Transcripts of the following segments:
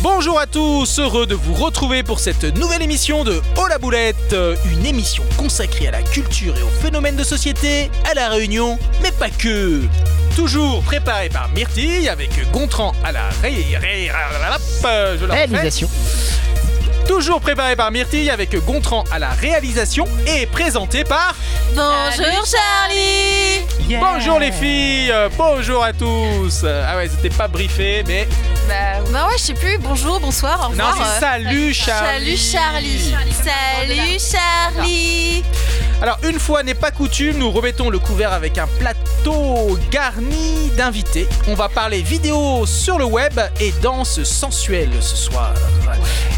Bonjour à tous, heureux de vous retrouver pour cette nouvelle émission de Oh la boulette, une émission consacrée à la culture et aux phénomènes de société, à la Réunion, mais pas que. Toujours préparée par Myrtille avec Gontran à la ré, ré- ra- ra- ra- euh, je la refais. Réalisation. Toujours préparée par Myrtille avec Gontran à la réalisation et présentée par Bonjour Charlie Bonjour les filles, euh, bonjour à tous. Euh, Ah ouais, c'était pas briefé, mais Bah, ouais, je sais plus, bonjour, bonsoir, au non, revoir. euh. c'est salut Salut Charlie. Charlie Salut Charlie Alors, une fois n'est pas coutume, nous remettons le couvert avec un plateau garni d'invités. On va parler vidéo sur le web et danse sensuelle ce soir.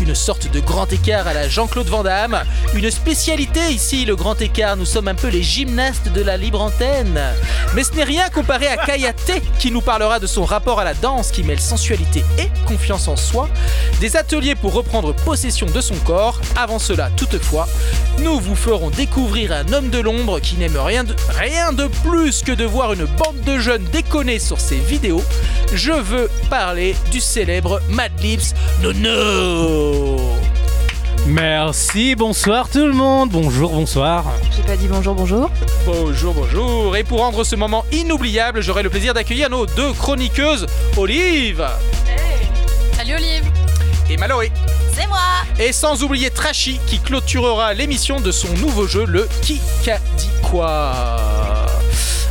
Une sorte de grand écart à la Jean-Claude Van Damme. Une spécialité ici, le grand écart. Nous sommes un peu les gymnastes de la libre antenne. Mais ce n'est rien comparé à Kayate qui nous parlera de son rapport à la danse qui mêle sensualité et confiance en soi. Des ateliers pour reprendre possession de son corps. Avant cela, toutefois, nous vous ferons découvrir un homme de l'ombre qui n'aime rien de, rien de plus que de voir une bande de jeunes déconner sur ses vidéos. Je veux parler du célèbre Mad Lips Nono. Merci, bonsoir tout le monde, bonjour, bonsoir. J'ai pas dit bonjour, bonjour. Bonjour, bonjour. Et pour rendre ce moment inoubliable, j'aurai le plaisir d'accueillir nos deux chroniqueuses, Olive Salut Olive et Maloé. C'est moi Et sans oublier Trashy qui clôturera l'émission de son nouveau jeu, le Qui qu'a dit quoi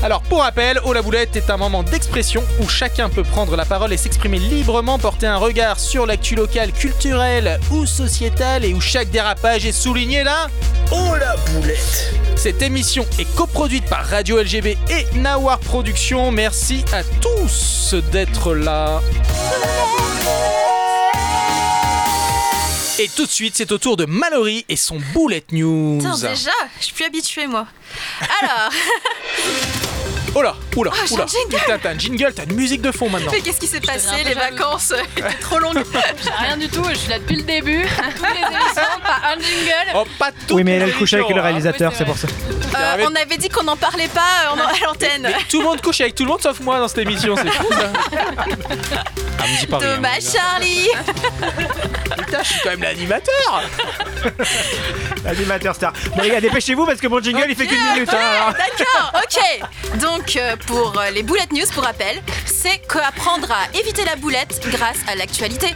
alors pour rappel, Oh la boulette est un moment d'expression où chacun peut prendre la parole et s'exprimer librement, porter un regard sur l'actu locale, culturelle ou sociétale et où chaque dérapage est souligné là. Oh la boulette Cette émission est coproduite par Radio LGB et Nawar Productions. Merci à tous d'être là. Et tout de suite, c'est au tour de Mallory et son Bullet News. Putain, déjà, je suis plus habituée moi. Alors, Oh là, oula, Ah, j'ai oula. un jingle. Putain, t'as un jingle, t'as une musique de fond maintenant. mais qu'est-ce qui s'est passé deviens Les pas jalouse. vacances étaient trop longues. Rien du tout, je suis là depuis le début, toutes les émissions, pas un jingle. Oh, pas tout. Oui, mais elle a le couché avec hein. le réalisateur, Oui, c'est c'est pour ça. Euh, on avait dit qu'on n'en parlait pas euh, en- à l'antenne. Tout le monde couche avec tout le monde sauf moi dans cette émission, c'est fou ça. Ah, me dis pas rien, Dommage mon gars. Charlie Putain, je suis quand même l'animateur. Animateur star. Bon, les gars, dépêchez-vous parce que mon jingle il fait qu'une minute. hein. D'accord, ok. Donc, euh, pour euh, les boulettes news, pour rappel, c'est qu'apprendre à éviter la boulette grâce à l'actualité.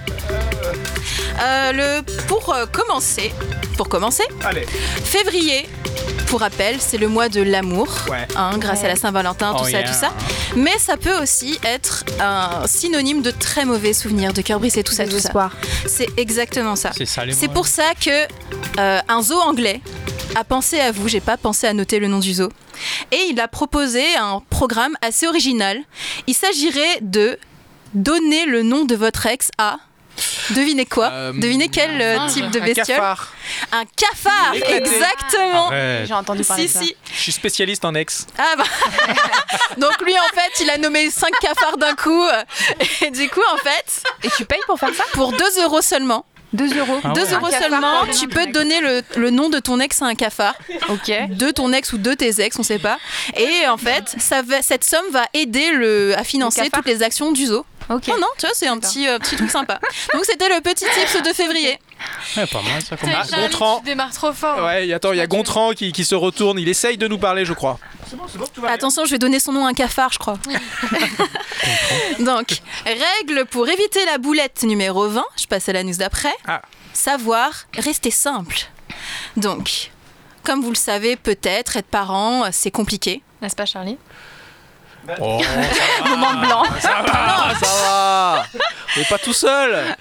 Euh, le, pour euh, commencer, pour commencer, Allez. février, pour rappel, c'est le mois de l'amour, Ouais. hein, grâce à la Saint-Valentin, tout Oh ça, yeah. tout ça. Mais ça peut aussi être un synonyme de très mauvais souvenirs, de cœur brisé, tout ça, tout ça. Désespoir. C'est exactement ça. C'est ça les hein. C'est pour ça que euh, un zoo anglais a pensé à vous, j'ai pas pensé à noter le nom du zoo, et il a proposé un programme assez original. Il s'agirait de donner le nom de votre ex à devinez quoi Euh, Devinez quel euh, singe. type de Un bestiole cafard. Un cafard, Éclaté. exactement. J'ai entendu parler Si, de ça. si. Je suis spécialiste en ex. Ah bah. Donc lui en fait, il a nommé cinq cafards d'un coup euh, et du coup en fait, Et tu payes pour faire ça pour 2 euros seulement, 2 euros. 2 ouais. euros Un cafard seulement, par tu exemple. peux donner le- le nom de ton ex à un cafard. Ok. de ton ex ou de tes ex, on sait pas. Et en fait, ça va- cette somme va aider le, à financer Le cafard. toutes les actions du zoo. Oh Ok. Non, non, tu vois, c'est un petit, euh, petit truc sympa. Donc c'était le petit tips de février. Ouais, pas mal ça comme Putain, Ah, Charlie, Gontran. Tu démarres trop fort. Ouais, et attends, il y a Gontran qui, qui se retourne, il essaye de nous parler, je crois. Attention, je vais donner son nom à un cafard, je crois. Donc, règle pour éviter la boulette numéro 20, je passe à la news d'après. Ah. Savoir rester simple. Donc, comme vous le savez peut-être, être parent, euh, c'est compliqué. N'est-ce pas Charlie Oh, Moment blanc. Ça va, ça va. On n'est pas tout seul.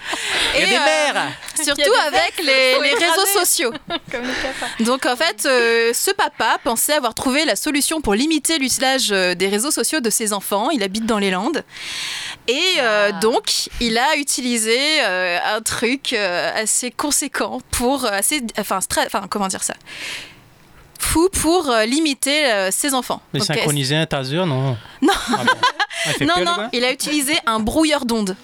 Il y a Et, des euh, mères. Il y Surtout a des avec les, faut les les réseaux raser. sociaux. Comme le cafard. Donc en fait, euh, ce papa pensait avoir trouvé la solution pour limiter l'usage euh, des réseaux sociaux de ses enfants. Il habite dans les Landes. Et euh, Ah. donc, il a utilisé euh, un truc euh, assez conséquent pour... euh, assez, enfin, stra- enfin, comment dire ça Fou pour euh, limiter euh, ses enfants. Mais Donc, synchroniser un taser, non Non. Ah, bon. Elle euh, fait non, peur, non, le gars il a utilisé un brouilleur d'ondes.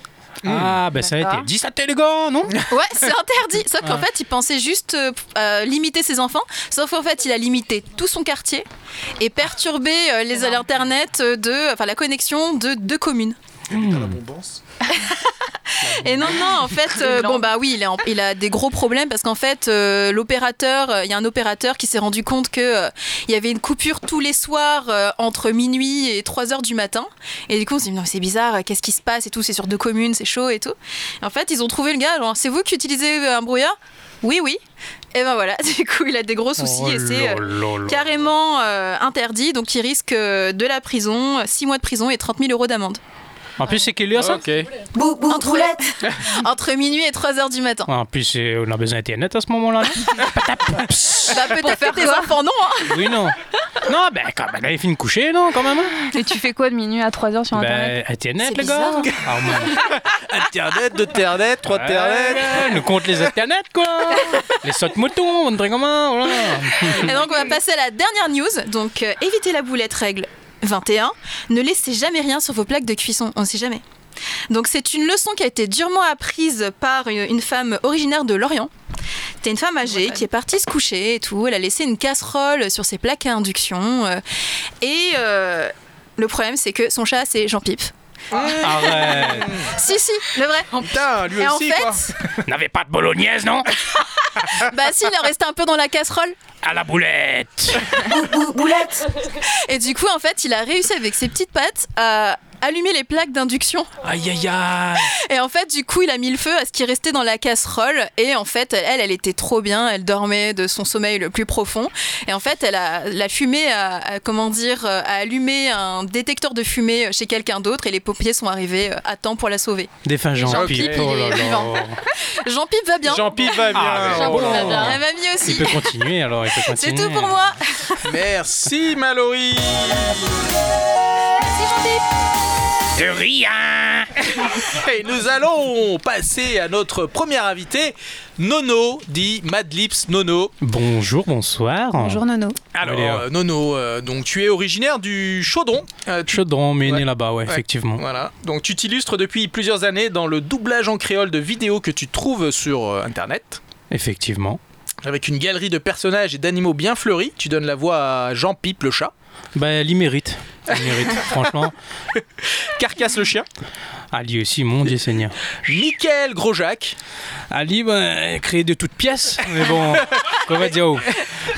Ah, ben ça a été. Hmm. D'accord. Dis ça, t'es les gars, non Ouais, c'est interdit. Sauf qu'en Ouais. fait, il pensait juste euh, p- euh, limiter ses enfants. Sauf qu'en fait, il a limité tout son quartier et perturbé euh, les énorme. Hmm. l'internet euh, de, enfin la connexion de deux communes. Et non, non, en fait, euh, bon bah oui, il, est en- il a des gros problèmes parce qu'en fait, euh, l'opérateur, euh, il y a un opérateur qui s'est rendu compte que euh, il y avait une coupure tous les soirs euh, entre minuit et 3 heures du matin. Et du coup, on s'est dit, non, mais c'est bizarre, euh, qu'est-ce qui se passe et tout, c'est sur deux communes, c'est chaud et tout. Et en fait, ils ont trouvé le gars, genre, c'est vous qui utilisez euh, un brouillard Oui, oui. Et ben voilà, du coup, il a des gros soucis et c'est euh, carrément euh, interdit, donc il risque euh, de la prison, 6 mois de prison et 30 000 euros d'amende. En plus, c'est hein quelle heure ça Ok. entre, entre minuit et 3 heures du matin. Ah, En plus, c'est- on a besoin d'Internet à ce moment-là. non Bah, peut-être faire tes enfants, non hein. oui, non. Non, ben, quand même, il finit de coucher, non, quand même. hein Et tu fais quoi de minuit à 3h sur Internet Ben, Internet, C'est les gars. bizarre, Ah, mon Internet, deux Internet, trois Internet. Ouais, nous compte les internets, quoi. les sautes moutons, on dirait comment voilà. Et donc, on va passer à la dernière news. Donc, euh, évitez la boulette, règle 21. Ne laissez jamais rien sur vos plaques de cuisson, on ne sait jamais. Donc, c'est une leçon qui a été durement apprise par une une femme originaire de Lorient. C'était une femme âgée qui est partie se coucher et tout. Elle a laissé une casserole sur ses plaques à induction. euh, et euh, le problème, c'est que son chat, c'est Jean-Pipe. Ah Arrête. Si, si, le vrai. Putain, lui Et en aussi, quoi. fait, N'avez pas de bolognaise, non bah si, il est resté un peu dans la casserole. À la boulette. Et du coup, en fait, il a réussi avec ses petites pattes à allumer les plaques d'induction. Aïe, aïe, aïe. Et en fait, du coup, il a mis le feu à ce qui restait dans la casserole. Et en fait, elle, elle était trop bien. Elle dormait de son sommeil le plus profond. Et en fait, elle a la fumée, a, a- comment dire, a allumé un détecteur de fumée chez quelqu'un d'autre. Et les pompiers sont arrivés à temps pour la sauver. Défunt Jean-Pierre. Jean-Pierre, il est vivant. Jean-Pierre va bien. Jean-Pierre va bien. Oh Ah, oh Jean-Pierre là va là. bien. Elle va mieux aussi. Il peut continuer, alors. Il peut C'est continuer. tout pour moi. Merci Mallory. Merci Jean-Pierre. De rien. Et nous allons passer à notre premier invité, Nono, dit Madlips Nono. Bonjour, bonsoir. Bonjour Nono. Alors Allez, euh, Nono, euh, donc tu es originaire du Chaudron. Euh, tu- Chaudron, mais Ouais. né là-bas, Ouais. ouais, effectivement. Voilà. Donc tu t'illustres depuis plusieurs années dans le doublage en créole de vidéos que tu trouves sur euh, internet. Effectivement. Avec une galerie de personnages et d'animaux bien fleuris, tu donnes la voix à Jean Pipe le chat, Bah, il mérite. Il mérite, franchement. Carcasse le chien, Ali aussi, mon Dieu Seigneur. Michael Grosjac, Ali, ben, créé de toutes pièces. Mais bon, comment dire oh,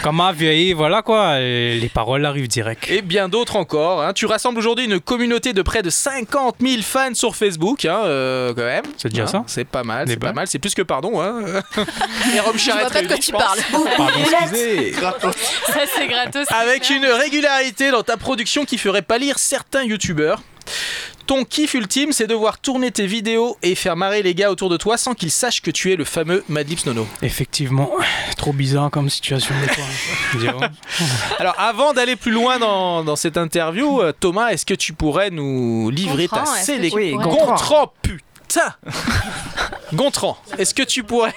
Comment vieillir, voilà quoi. et Les paroles arrivent direct. et bien d'autres encore. hein. Tu rassembles aujourd'hui une communauté de près de 50 000 fans sur Facebook, hein, euh, quand même. C'est déjà Hein, ça bah. C'est pas mal, Des c'est pas bonnes. mal, c'est plus que pardon. Hein. Et Rome Je vois Charrette pas de quoi réunie, tu je pense. parles. Pardon, excusez. Ça, c'est gratos. Avec une régularité dans ta production qui ferait pâlir certains youtubeurs. Ton kiff ultime, c'est de voir tourner tes vidéos et faire marrer les gars autour de toi sans qu'ils sachent que tu es le fameux Madlips Nono. Effectivement, trop bizarre comme situation. mais quoi. Je veux dire, bon. Alors, avant d'aller plus loin dans, dans cette interview, euh, Thomas, est-ce que tu pourrais nous livrer ta Gontran, est-ce que sélection Oui, Gontran. Gontran, putain Gontran, est-ce que tu pourrais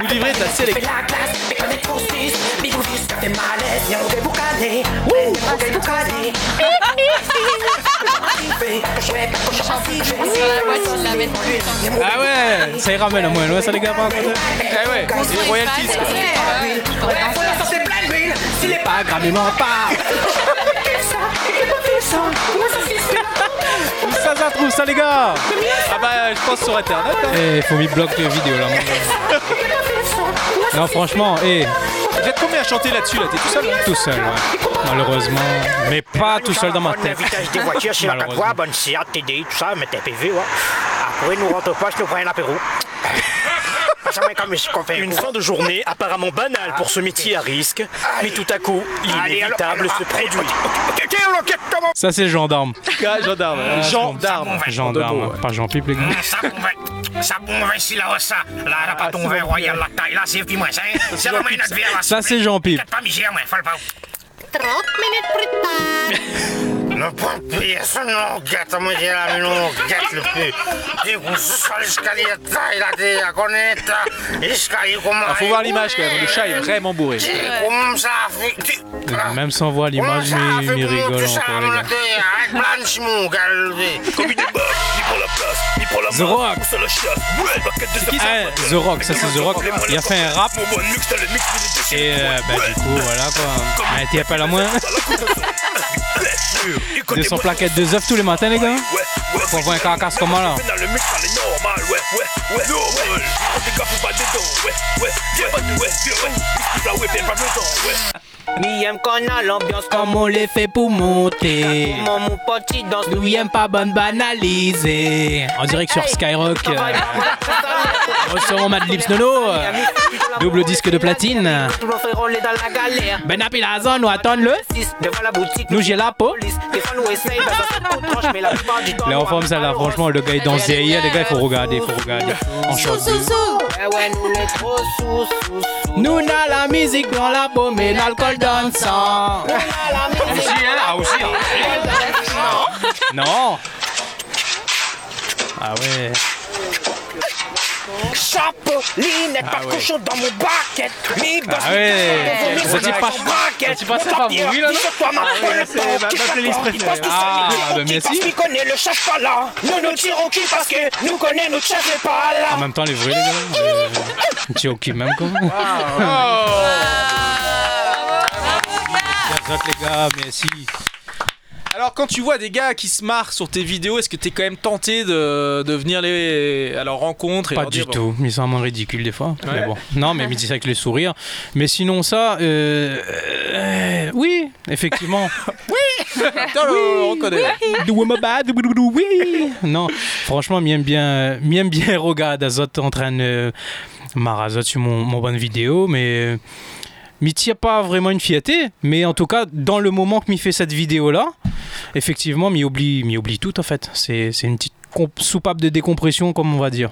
nous livrer ta sélection la voiture, la mettre plus. Ah ouais, ça ira bien, au moins, ouais, ça les gars, par contre. Ah ouais, les royalties, quoi. Pas gravement, pas. Où ça, ça trouve ça, les gars Ah bah, je pense sur Internet. hein. Eh, faut m'y bloquer les vidéos là. mon- Non, franchement, eh, Vous êtes combien à chanter là-dessus, là T'es tout seul hein tout seul, ouais. malheureusement, mais pas tout seul dans ma tête. vitesse des voitures, c'est la Malheureusement. 4 bonne Seat, TDI, tout ça, mais t'es PV, ouais. Après, nous rentre pas, je nous prends un apéro. Ça met comme je compare. Une fin de journée apparemment banale pour ce métier à risque, mais tout à coup, l'inévitable se produit. Ça, c'est gendarme. Ah, gendarme. Euh, gendarme. Gendarme, Deux mots, hein, pas Jean-Pipe, les gars. Ah, Ça convainc, ça convainc si la hausse, là, elle a Ah, pas ton vin royal, la taille, là, c'est plus moins, hein. C'est vraiment une autre bière, là. Ça, c'est Jean-Pipe. Peut-être pas misère, mais faut le pas. 30 minutes plus tard. Ne prends personne, non, gâte, moi, j'ai la mine, non, gâte le plus. Et vous, sur l'escalier, taille, la taille, à connaître, escalier, comment. Ah, faut voir l'image quand même, le chat est vraiment bourré. Comment ça a fait. tu- Ah. Même sans voir l'image, mais il rigole encore, les gars. The Rock. Eh, The Rock, ça c'est The Rock. Il a fait un rap. Et euh, bah, du coup, voilà quoi. Un petit appel à moi. De son plaquette de œufs tous les matins, les gars. Pour voir un carcasse comment là. Bien connaît l'ambiance comme on les fait pour monter. Comment mon petit danse, nous y aime pas bonne banaliser. En direct sur Skyrock, euh, restaurant Mad Lips Nono, euh, double disque de platine. Tout nos frères, on est dans la galère. Ben appelez la zone, nous attendons le. Six, Devant la boutique, Nous j'ai la peau. police. Des fois, nous essayons, mais ça se coûte tranche, mais la plupart du temps. Là en nous, forme ça là, franchement le gars il danse derrière, les gars il faut regarder, faut regarder. En short. Eh Ouais, ouais, nous les trop sous, sous, sous. Nous on a la musique dans la paume et l'alcool dans le sang. hein, ah, Non Ah ouais Chapelinette, pas Ah de ouais. cochon dans mon bucket. Mi boss, Ah ouais. mi boss, Ça mi dit boss, pas- mon bucket. ça dit pas Mon ça, pas papier, bruit, là, non nique-toi, ma poule, c'est ma- ma qui passe playlist pas, qui préférée. passe tout Ah, seul, bah, qui passe, merci. qui connaît le chef pas là. Nous nous tirons qui parce que nous connaît notre chef n'est pas là. En même temps les vrais les gars. euh, Tu es ok même quoi Ah, Bien joué, les gars, merci. Alors, quand tu vois des gars qui se marrent sur tes vidéos, est-ce que t'es quand même tenté de, de venir les, à leur rencontre et Pas leur du dire, bon, tout, ils sont vraiment ridicules des fois. Mais bon, non, mais ils disent ça avec le sourire. Mais sinon, ça, euh, euh, oui, effectivement. Putain, Oh, on reconnaît. Do my bad, do- do- do- oui. Non, franchement, m'aime bien, euh, m'aime bien regarde Azot en train de marrer Azot sur mon, mon bonne vidéo, mais euh, m'y tire pas vraiment une fierté. Mais en tout cas, dans le moment que m'y fait cette vidéo là, effectivement, m'y oublie, m'y oublie tout en fait. C'est, c'est une petite comp- soupape de décompression comme on va dire.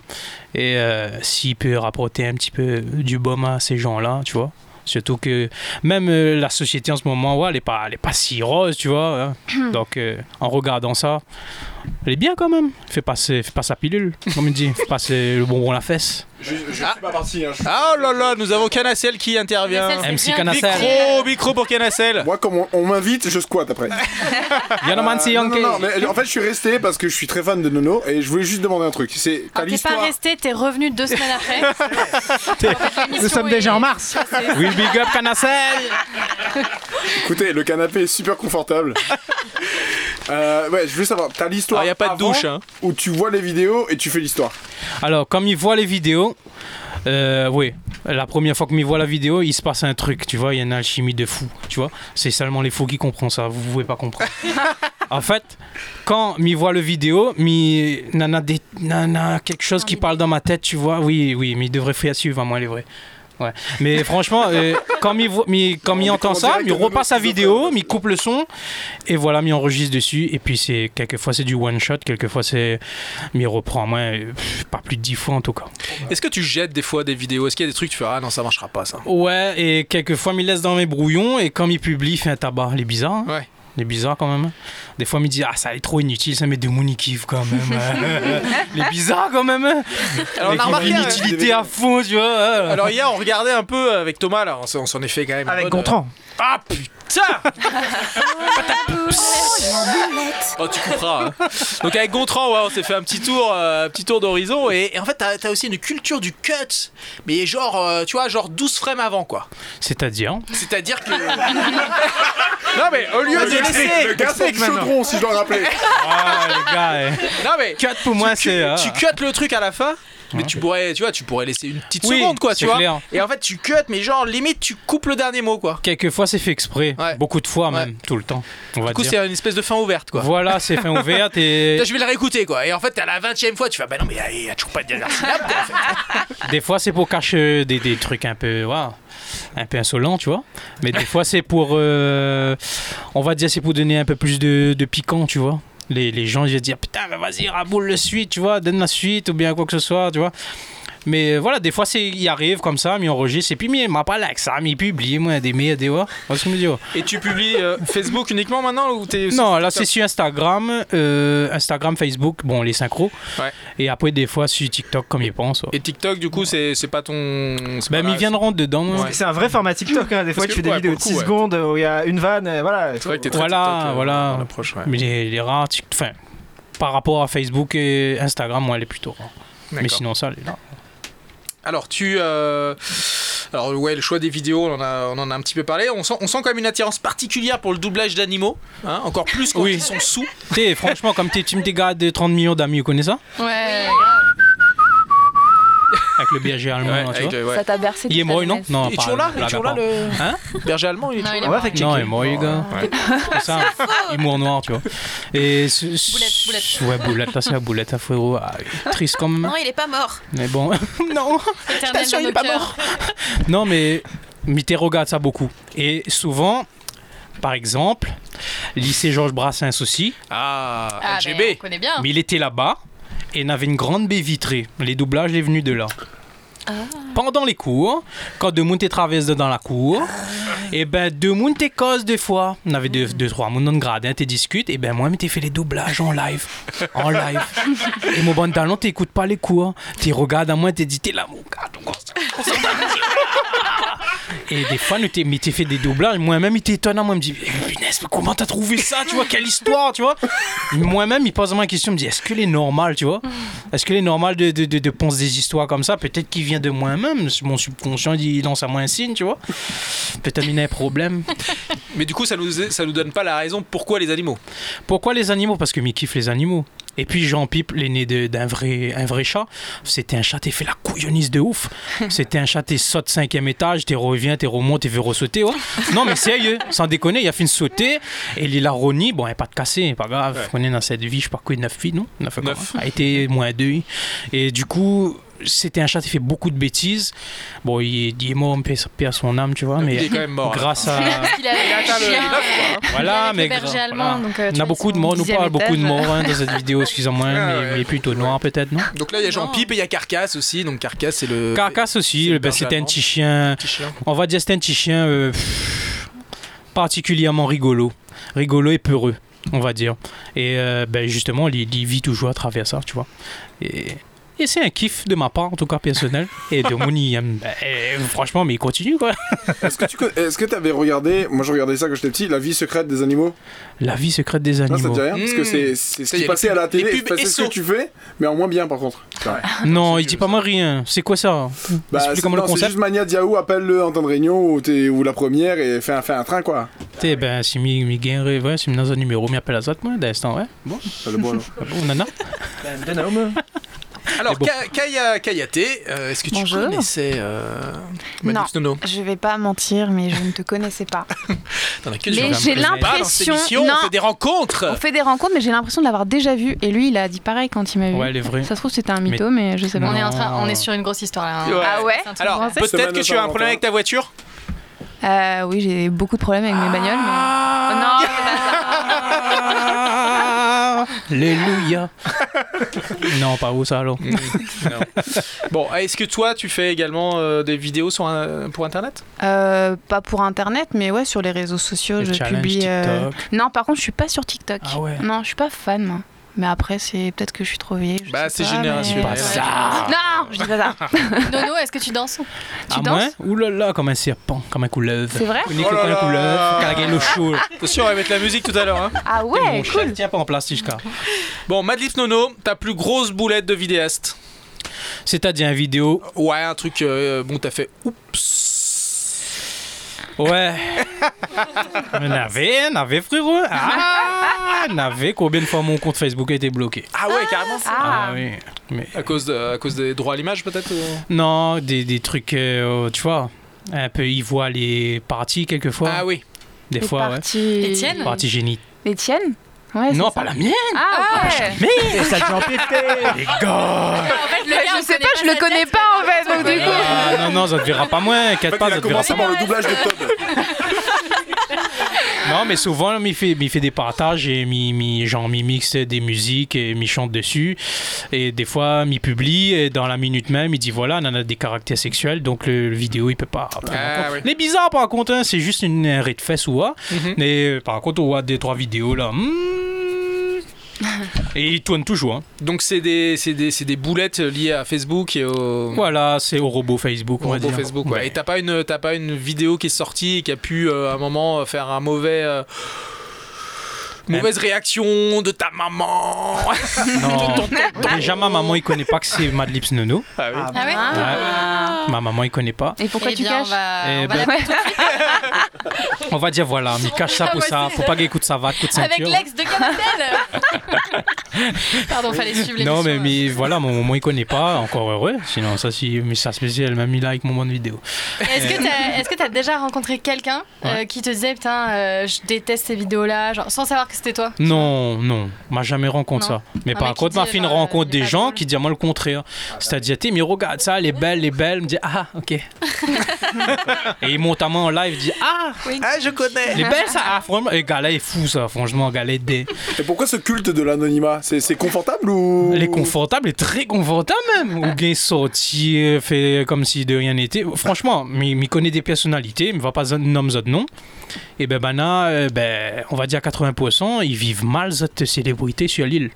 Et euh, s'il peut rapporter un petit peu du baume à ces gens là, tu vois. Surtout que même euh, la société en ce moment, ouais, elle est pas, elle est pas si rose, tu vois. hein. Donc, euh, en regardant ça, elle est bien quand même. Fais passer, fais pas sa pilule, comme on dit. Fais passer le bonbon à la fesse. hein. Ah oh là là, nous avons Canacel qui intervient. Canacel, MC bien. Canacel. Micro, micro pour Canacel. Moi, comme on, on m'invite, je squatte après. Euh, Yana Man non, Siyanke. non, non, mais en fait, je suis resté parce que je suis très fan de Nono et je voulais juste demander un truc. C'est t'as Alors, Ah, T'es pas Ah, l'histoire. resté, t'es revenu deux semaines après. En fait, l'émission Nous sommes est- déjà en mars. bah, Oui, big up Canacel. Écoutez, le canapé est super confortable. Euh, ouais, je voulais savoir, t'as l'histoire Alors, y a pas de avant douche, hein. où tu vois les vidéos et tu fais l'histoire. Alors, comme il voit les vidéos, euh, oui, la première fois que m'y voit la vidéo, il se passe un truc, tu vois, il y a une alchimie de fou, tu vois. C'est seulement les fous qui comprennent ça, vous pouvez pas comprendre. en fait, quand m'y voit le vidéo, mi nana, des- nana quelque chose qui parle dans ma tête, tu vois. Oui, oui, mais il devrait faire suivre, à moi, il est vrai. Ouais. Mais franchement, euh, quand il voit, mi- quand il On entend découvre ça, direct il le nouveau repasse sa schizophrène. vidéo, il coupe le son, et voilà, il enregistre dessus. Et puis c'est quelquefois c'est du one shot, quelquefois c'est il reprend, moi, euh, pff, pas plus de dix fois en tout cas. Est-ce que tu jettes des fois des vidéos Est-ce qu'il y a des trucs que tu fais Ah non, ça marchera pas ça. Ouais, et quelquefois, il me laisse dans mes brouillons, et quand il publie, il fait un tabac. Il est bizarre, hein Ouais. Il est bizarre quand même. hein. Des fois, il me dit, ah, ça est trop inutile, ça, mais des moon, ils kiffent quand même. hein. il est bizarre quand même. hein Alors, on Avec a remarqué, une hein. inutilité à fond, tu vois. hein. Alors hier, on regardait un peu avec Thomas, là, on s'en- on s'en est fait quand même. Avec Bonne- Gontran. Ah putain Oh, tu couperas. hein. Donc avec Gontran, ouais, on s'est fait un petit tour, euh, un petit tour d'horizon. Et, et en fait, t'as as aussi une culture du cut, mais genre, euh, tu vois, genre 12 frames avant, quoi. C'est-à-dire C'est-à-dire que... non, mais au lieu Le de gars, c'est- laisser... le gars, c'est le chaudron, si je dois le rappeler. Ah, les gars, eh. Non, mais... Cut pour moi, tu, c'est. ah. tu cut le truc à la fin mais tu pourrais tu vois tu pourrais laisser une petite Oui, seconde quoi c'est tu vois clair. et en fait tu cut mais genre limite tu coupes le dernier mot quoi Quelquefois, c'est fait exprès. Ouais. Beaucoup de fois, Ouais. même, tout le temps. On va du coup dire. c'est une espèce de fin ouverte quoi Voilà, c'est fin ouverte et Putain, je vais le réécouter quoi et en fait à la 20 e fois tu fais bah non mais il y a toujours pas de dernière syllabe quoi, en fait. des fois c'est pour cacher des, des trucs un peu waouh, un peu insolents, tu vois. Mais des fois c'est pour euh, on va dire c'est pour donner un peu plus de, de piquant, tu vois. Les, les gens ils vont dire putain mais vas-y raboule le suite, tu vois, donne la suite ou bien quoi que ce soit, tu vois. Mais euh, voilà, des fois, c'est, il arrive comme ça, mais enregistre, et puis, mais il m'a pas là que ça, mais il publie, moi, des mails, des ouais. Voici ce que je me dis, ouais. et tu publies euh, Facebook uniquement maintenant ou t'es Non, là c'est sur Instagram, euh, Instagram, Facebook, bon les synchros. Ouais. Et après des fois sur TikTok comme ils pensent. ouais. et TikTok du coup c'est c'est pas ton c'est pas Ben mais ils la- viendront dedans. moi. Ouais. C'est un vrai format TikTok. hein. Des fois, que, tu fais des ouais, vidéos pour de 6 le coup, ouais. secondes où il y a une vanne. euh, Voilà. c'est vrai que t'es très Voilà, TikTok, euh, voilà. dans l'approche, ouais. Mais les, les rares, tic- enfin, par rapport à Facebook et Instagram, moi, elle est plutôt rare. Mais D'accord. sinon, ça, elle est là. Alors tu euh, alors ouais le choix des vidéos on en a, on en a un petit peu parlé on sent, on sent quand même une attirance particulière pour le doublage d'animaux hein, encore plus quand Oui. ils sont sous T'sais, franchement, comme t'es- tu me dégages de 30 millions d'amis, vous connaissez ça Ouais. avec le berger allemand. Ouais, là, tu avec vois. le- ouais. Ça t'a bercé Il est toute ta mort, non jeunesse. Non, Il est pas- toujours là, il est blague à toujours là, part. le- Hein Berger allemand, il est Non, toujours il là. est mort. Non, il est mort, les gars. C'est ça, humour noir, tu vois. Et boulette, boulette. Ouais, boulette, là, c'est la boulette à frérot. Ah, triste quand même. Non, il est pas mort. Mais bon. non, je suis pas sûr, il est pas mort. Non, mais Mité regarde ça beaucoup. Et souvent, par exemple, lycée Georges Brassens aussi. Ah, Ah, LGB. ben, on connaît bien. Mais il était là-bas et il avait une grande baie vitrée. Les doublages, les venus de là. Ah. Pendant les cours, quand deux mounes traversent dans la cour, Ah. et ben deux mounes t'es cause des fois. On avait Mm. deux, deux trois mounes dans le gradin, t'es discutes, et ben moi, mais t'es fait les doublages en live. En live. et mon bon talent, t'écoutes pas les cours. T'es regardes à moi, t'es dit, t'es là, mon gars. Et des fois, nous t'es- mais t'es fait des doublages. Moi-même, il t'étonnant. Moi, il me dit, eh, punaise, mais comment t'as trouvé ça Tu vois, quelle histoire, tu vois Moi-même, il pose moi la question. Il me dit, est-ce que est normal, tu vois Est-ce que est normal de, de, de, de penser des histoires comme ça Peut-être qu'il vient de moi-même. Mon subconscient, il lance à moi un signe, tu vois Peut-être qu'il y a un problème. Mais du coup, ça nous, ça nous donne pas la raison pourquoi les animaux. Pourquoi les animaux Parce que Mickey kiffe les animaux. Et puis Jean Pipe, l'aîné de- d'un vrai, un vrai chat, c'était un chat, t'es fait la couillonise de ouf. C'était un chat, t'es saute cinquième étage, t'es reviens, t'es remonte, t'es fait ressauter. ouais. Non mais sérieux, sans déconner, il a fait une sautée et il a roni, bon, elle est pas de cassé, pas grave. On est dans cette vie, je sais pas quoi, 9 filles, non 9 A été moins 2. Et du coup, c'était un chat, qui fait beaucoup de bêtises. Bon, il est, il est mort, paix paix à son âme, tu vois, mais Il est quand même mort. hein. grâce à. Il a Il atteint le chien. Ah, neuf, quoi. Voilà, Avec mais le berger gra- allemand, donc, euh, on tu a vois, beaucoup ils de sont morts, nous dixième parle beaucoup de étage. morts hein, dans cette vidéo, excusez-moi, mais, mais plutôt noir peut-être, non Ah, Donc là, il y a Jean-Pipe et il y a Carcasse aussi. Donc Carcasse, c'est le. Carcasse aussi, le ben, c'était un berger petit chien. chien. On va dire c'était un petit chien euh, pff, particulièrement rigolo, rigolo et peureux, on va dire. Et euh, ben, justement, il, il vit toujours à travers ça, tu vois. Et, et c'est un kiff de ma part, en tout cas personnel. Et de mon il aime- ben, eh, franchement, mais il continue quoi. Est-ce que tu con- est-ce que t'avais regardé, moi je regardais ça quand j'étais petit, La vie secrète des animaux La vie secrète des Non, Ah, ça animaux. te dit rien Parce que c'est c'est ce Ça Hmm. y qui Mmh. est, passait les à la pubs- les télé, pubs c'est ce SO. que tu fais, mais en moins bien par contre. Non, il dit pas moi rien. C'est quoi ça Bah, Explique c'est comment le non, c'est concept. juste Mania Diaou, appelle-le Antoine Réunion ou, t'es- ou la première et fais un, fais un train quoi. T'es ben si mi mi gagnerait ouais si mi dans un numéro mi appelle à zot moi d'instant ouais bon ça le bon Ah bon nana Alors, Mais bon. Ka- Kaya Kayaté, euh, est-ce que tu Bonjour. connaissais euh, Non, Madame Snono je vais pas mentir, mais je ne te connaissais pas. T'en as que Mais sur la j'ai présence. l'impression- Pas dans cette émission, non. On fait des rencontres. On fait des rencontres, mais j'ai l'impression de l'avoir déjà vu. Et lui, il a dit pareil quand il m'a vu. Ouais, elle est vraie. Ça se trouve, c'était un mytho, mais, je sais pas. On est, en train, on est sur une grosse histoire là. hein. Ouais. Ah ouais C'est un truc Alors, grand. peut-être que tu as un problème avec ta voiture Euh, oui, j'ai beaucoup de problèmes avec mes bagnoles. Mais... Oh, non, Ah Alléluia. non pas où ça alors. Mm. Bon, est-ce que toi, tu fais également euh, des vidéos sur un- pour Internet Euh, pas pour internet, mais ouais, sur les réseaux sociaux, Les je challenges publie. euh, TikTok. Non, par contre, je suis pas sur TikTok. Ah ouais. Non, je suis pas fan, moi. Mais après, c'est peut-être que je suis trop vieille. je Bah, sais c'est pas, générationnel. mais- Pas ça. Ah. Non, je dis pas ça. Nono, est-ce que tu danses Ah moi ouh là là comme un serpent comme un couleuvre. C'est vrai Une Oh comme là un là. couleuvre. Carguer le chaud. Attention, on va mettre la musique tout à l'heure. hein. Ah Mon chef tient pas en place si je carre. Bon, Madlif Nono, ta plus grosse boulette de vidéaste C'est-à-dire un vidéo. Ouais, un truc, euh, bon, t'as fait oups. Ouais. Mais n'avait n'avait frérot. Ah n'avait combien de fois mon compte Facebook a été bloqué. Ah ouais, carrément Ah oui. Mais... À, cause de- à cause des droits à l'image, peut-être euh ou- Non, des, des trucs, euh, tu vois, un peu, ils voient les parties quelquefois. Ah oui. Des Les fois, parties- ouais. Les tiennes Parties génie. Les tiennes Ouais, Non, c'est ça. pas la mienne. Ah, ouais. Mais ça j'en pété Les gars je sais pas, je le connais pas en fait, donc du coup. Ah, Non, non, ça te verra pas moins, inquiète pas, ça te verra pas moins. le doublage de Todd. Non, mais souvent, il fait, il fait des partages et mi, mi, genre, mi mixe des musiques et mi chante dessus. Et des fois, mi publie et dans la minute même, il dit voilà, on en a des caractères sexuels, donc le, le vidéo, il peut pas. prendre en compte. oui. Les bizarres, par contre, hein, c'est juste une, un raid fesse ou quoi. Mais euh, par contre, on voit des trois vidéos là. hmm. Et il tourne toujours. hein. Donc c'est des, c'est des, c'est des boulettes liées à Facebook et au... Voilà, c'est au robot Facebook, on va Pour dire. Facebook, ouais. Et t'as pas une, t'as pas une vidéo qui est sortie et qui a pu euh, à un moment euh, faire un mauvais, euh, mauvaise réaction de ta maman. Eh Non. Déjà, ma maman, il connaît pas que c'est Madlips Nono. Ah oui. Ah ouais Ouais. ma maman, il connaît pas. Et pourquoi Eh tu bien, caches on va- Eh on va ben- l'appeler tout de suite. On va dire voilà, mais cache ça pour ça, faut pas qu'il écoute ça va, coûte Avec ceinture. l'ex de Canatel Pardon, fallait suivre les Non, mais, mais euh, voilà, mon moment il connaît pas, encore heureux. Sinon, ça, si, mais ça spécial, elle m'a mis like mon moment de vidéo. Est-ce Euh, que t'as est-ce que t'as déjà rencontré quelqu'un euh, qui te disait putain euh, je déteste ces vidéos là genre sans savoir que c'était toi Non, non, m'a jamais rencontré Non. ça. Mais Un par mec qui contre, ma dit, euh, fille genre, rencontre il est des pas gens qui disent à moi le contraire. C'est-à-dire, t'es, mais regarde ça, elle est belle, elle est belle. Elle me dit, ah, ok. Et ils montent à moi en live, dit ah, ah, je connais. elle est belle ça. Ah, franchement, et gars, là, il est fou ça, franchement, gars, là, il est dé. Et pourquoi ce culte de l'anonymat C'est c'est confortable ou Elle est confortable, elle est très confortable même. Ou bien sortir, fait comme si de rien n'était. Franchement, mais il connaît des personnalités, mais va pas nommer autre nom. Et ben, Bana, euh, ben, on va dire 80%, ils vivent mal cette célébrité sur l'île.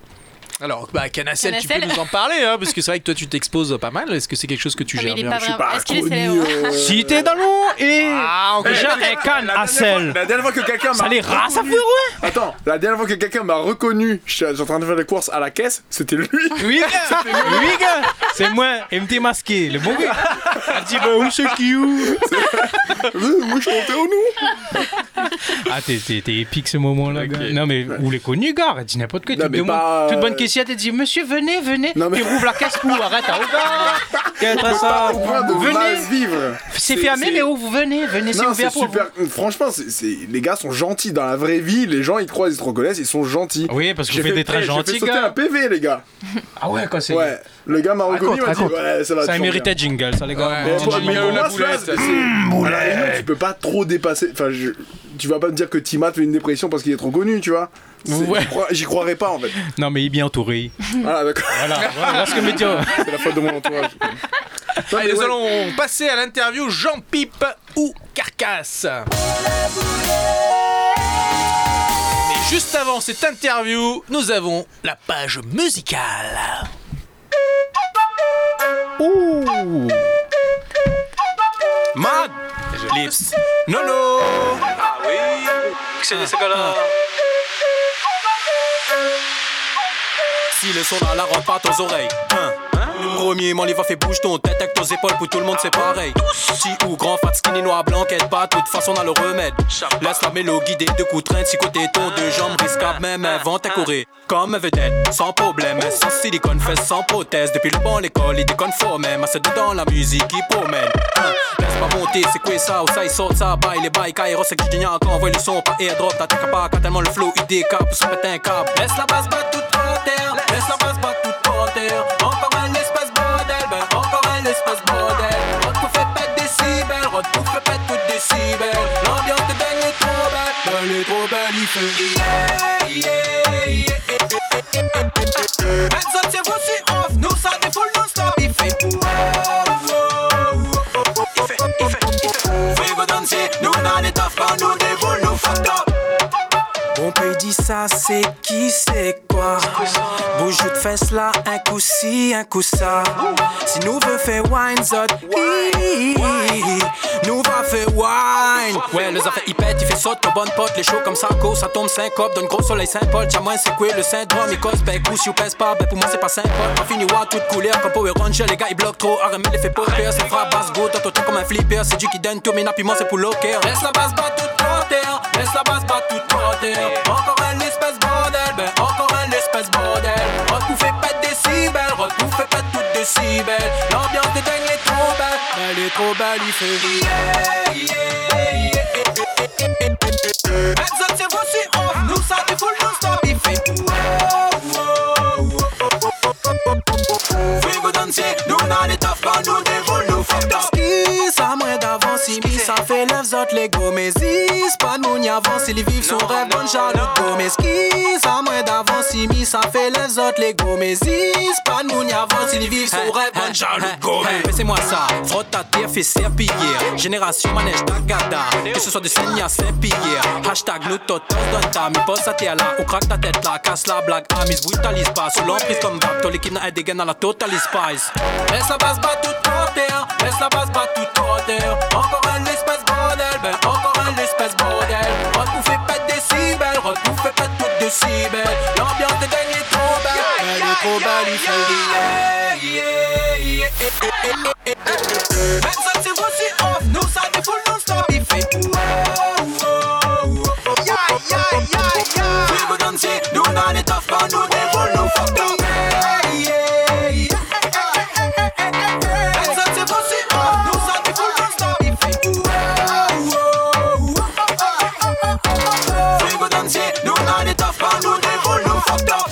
Alors, bah, Canacel, tu peux Canacel. nous en parler, hein, parce que c'est vrai que toi, tu t'exposes pas mal. Est-ce que c'est quelque chose que tu Ah, mais gères il est bien pas Je suis euh, vraiment- est-ce qu'il est célèbre Si t'es dans l'eau et. Ah, euh, Eh, Déjà, la dernière un fois- canne la à dernière fois- sel. La dernière fois que quelqu'un m'a. Ça les rats, ça fait reconnu- Attends, la dernière fois que quelqu'un m'a reconnu, j'étais j'étais en train de faire les courses à la caisse, c'était lui. Oui, gars. Oui, gars. C'est moi, MT masqué, le bon gars. Elle dit, bah, où c'est qui où Euh, Moi, je comptais au nous. Ah, t'es- t'es t'es épique ce moment-là, gars. Non, mais où les connus, gars, elle dit n'importe quoi. Non, Tu mais demandes- pas, euh, Toute bonne caissière, elle dit, monsieur, venez, venez. Non, mais- Tu rouvres la caisse pour, arrête, ah, oh, gars. Qu'est-ce euh, que ça Au point de mal Venez. vivre. C'est fermé, mais où vous venez Venez, c'est Non, c'est ouvert pour. vous. super. Franchement, c'est- c'est- les gars sont gentils dans la vraie vie. Les gens, ils te croisent, ils te reconnaissent, ils sont gentils. Oui, parce que J'ai vous faites fait- des j'ai très fait gentils, sauter un gars. PV, les gars. Ah ouais, quand c'est. Ouais, le gars m'a reconnu, il m'a dit raconte. Ouais, ça va. Ça toujours méritait bien. jingle, ça, les gars. Mais pour- Petit mais jingle. pour la moi, ça, boulette. c'est- Mmh, c'est- à la réunion, Tu peux pas trop dépasser. Enfin, je- tu vas pas me dire que Timat fait une dépression parce qu'il est trop connu, tu vois. C'est- Ouais. j'y crois- J'y croirais pas en fait. Non, mais il est bien entouré. Voilà, d'accord. Voilà, voilà ce que me dit. C'est la faute de mon entourage. Non, mais Allez, nous ouais. allons passer à l'interview Jean-Pipe ou Carcasse. Mais juste avant cette interview, nous avons la page musicale. Ouh. Mad Lips Nolo Ah oui C'est ce gars-là. Si le son la rentre pas aux oreilles hein. Premier mon livre fait bouge ton tête avec tes épaules pour tout le monde c'est pareil Petit ou grand fat skinny noir blanc quête pas de toute façon dans le remède Laisse la mélodie des deux coups de traîne si côté ton deux jambes risquable même invente à courir comme un vedette sans problème sans silicone fesses sans prothèse depuis le bon à l'école il déconne fort même à dedans la musique qui promène hein. Laisse pas monter c'est quoi ça ou ça il sort ça bail les bails Kairos c'est qui génial quand on voit le son pas airdrop t'attaques pas quand tellement le flow il décape sur péter un câble Laisse la basse battre toute en terre Laisse la basse battre toute en terre Encore un espace bordel Ben encore un espace bordel Rod tout fait pète décibel Rod tout fait pète toute décibel L'ambiance de Ben est trop belle Ben est trop belle il fait Yeah yeah yeah Hands up c'est vous c'est off Nous ça défoule non stop Il fait wow, wow, wow. Il fait, il fait, il fait Frigo danser Nous n'en est off Quand nous dévoile nous fuck up mon pays dit ça, c'est qui, c'est quoi Bonjour de fesses là, un coup ci, un coup ça Si nous veut faire wine, zot hi, hi, hi. Nous va faire wine Ouais, les affaires ils pètent, ils fait saute, bonne pote Les shows comme ça, go, ça tombe syncope Donne gros soleil Saint-Paul, tiens moi c'est quoi le syndrome Il cause, ben coup si ou pèse pas, ben pour moi c'est pas Saint-Paul On finit war, toute couleur, comme Power Ranger Les gars ils bloquent trop, arrêtez les fait peur C'est frappe, basse, go, t'as t'as comme un flipper C'est du qui donne tout, mais napiment c'est pour locker Laisse la basse battre toute en terre Laisse la basse battre toute en terre Encore un espèce bordel, ben encore un espèce bordel Recouffer pas de décibels, recouffer pas de toutes décibels L'ambiance des dingues est trop belle, elle est trop belle, il fait yeah, yeah, yeah. Hands up, c'est vous, c'est off. Nous, ça défoule, nous, stop, il fait wow, wow, wow. Frigo danser, nous, dans les toffes, quand nous défoule, nous, fuck top. Skis, ça moins d'avance, il mis, ça fait lève, autres, les gommes, mais zis, pas de moun, y avance, il vive son rêve, bonne jaloux, gomme, mais skis, ça moins d'avance, il mis, ça fait lève, autres, les gommes, mais zis, pas de moun, y avance, il vive son rêve, bonne jaloux, gomme. Laissez-moi ça, frotte ta terre, fais serpillière, génération manège d'Agada, que ce soit de Seigneur Saint-Pierre. Hashtag nous totos dans ta mi pose à terre là. Ou craque ta tête là, casse la blague, Ah, amise, brutalise pas. Sous l'emprise comme Gap, ton l'équipe n'a un dégain à la Total Spice. Laisse la base battre toute en terre, laisse la base battre toute en terre. Encore un espèce bordel, ben encore un espèce bordel. Recouffer pas de décibels, recouffer pas de toutes décibels. L'ambiance de gagne est trop belle, elle est trop belle, il fait yeah, yeah, yeah. Même ça c'est vous c'est off, nous ça défoule non-stop Il fait ouh, ouh, ouh, ouh. Yeah, yeah, yeah, yeah. We go danser, nous on est off Quand nous défoule, nous fuck up Hey, yeah, yeah. Même ça c'est vous c'est off, nous ça défoule non-stop Il fait ouh, ouh, ouh, ouh. We go danser, nous on est off Quand nous défoule, nous fuck up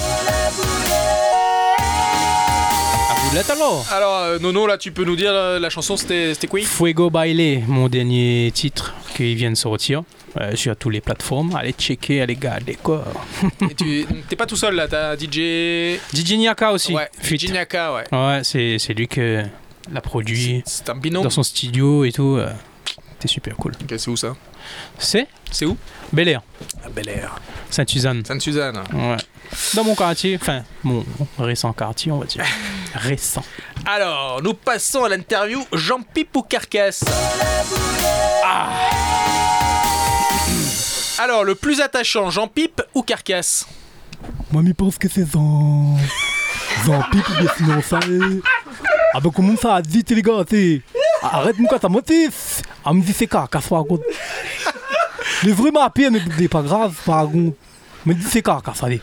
Alors, euh, Nono, là, tu peux nous dire euh, la chanson, c'était c'était quoi Fuego Baile, mon dernier titre qui vient de sortir euh, sur toutes les plateformes. Allez checker, allez garder quoi. Et tu- donc, T'es pas tout seul là, t'as DJ. DJ Nyaka aussi. Ouais, feat. DJ Nyaka, ouais. Ouais, c'est c'est lui que l'a produit. C'est un binôme. Dans son studio et tout. euh, C'était super cool. Ok, c'est où ça C'est C'est où Bel Air, À Ah, Bel Air. Sainte-Suzanne. Sainte-Suzanne. Ouais. Dans mon quartier, enfin, mon récent quartier, on va dire. récent. Alors, nous passons à l'interview Jean-Pipou Carcasse. Ah. Alors, le plus attachant, Jean-Pipe ou Carcasse Moi, je pense que c'est Oh. dans. dans pipe ou bien sinon ça est. Ah ben, comment ça, vite les gars, c'est. Arrête-moi quand ça motif Ah, me dit c'est carcasse, par contre. Les vrais mappés, mais c'est pas grave, par contre. Me dit c'est carcasse, allez.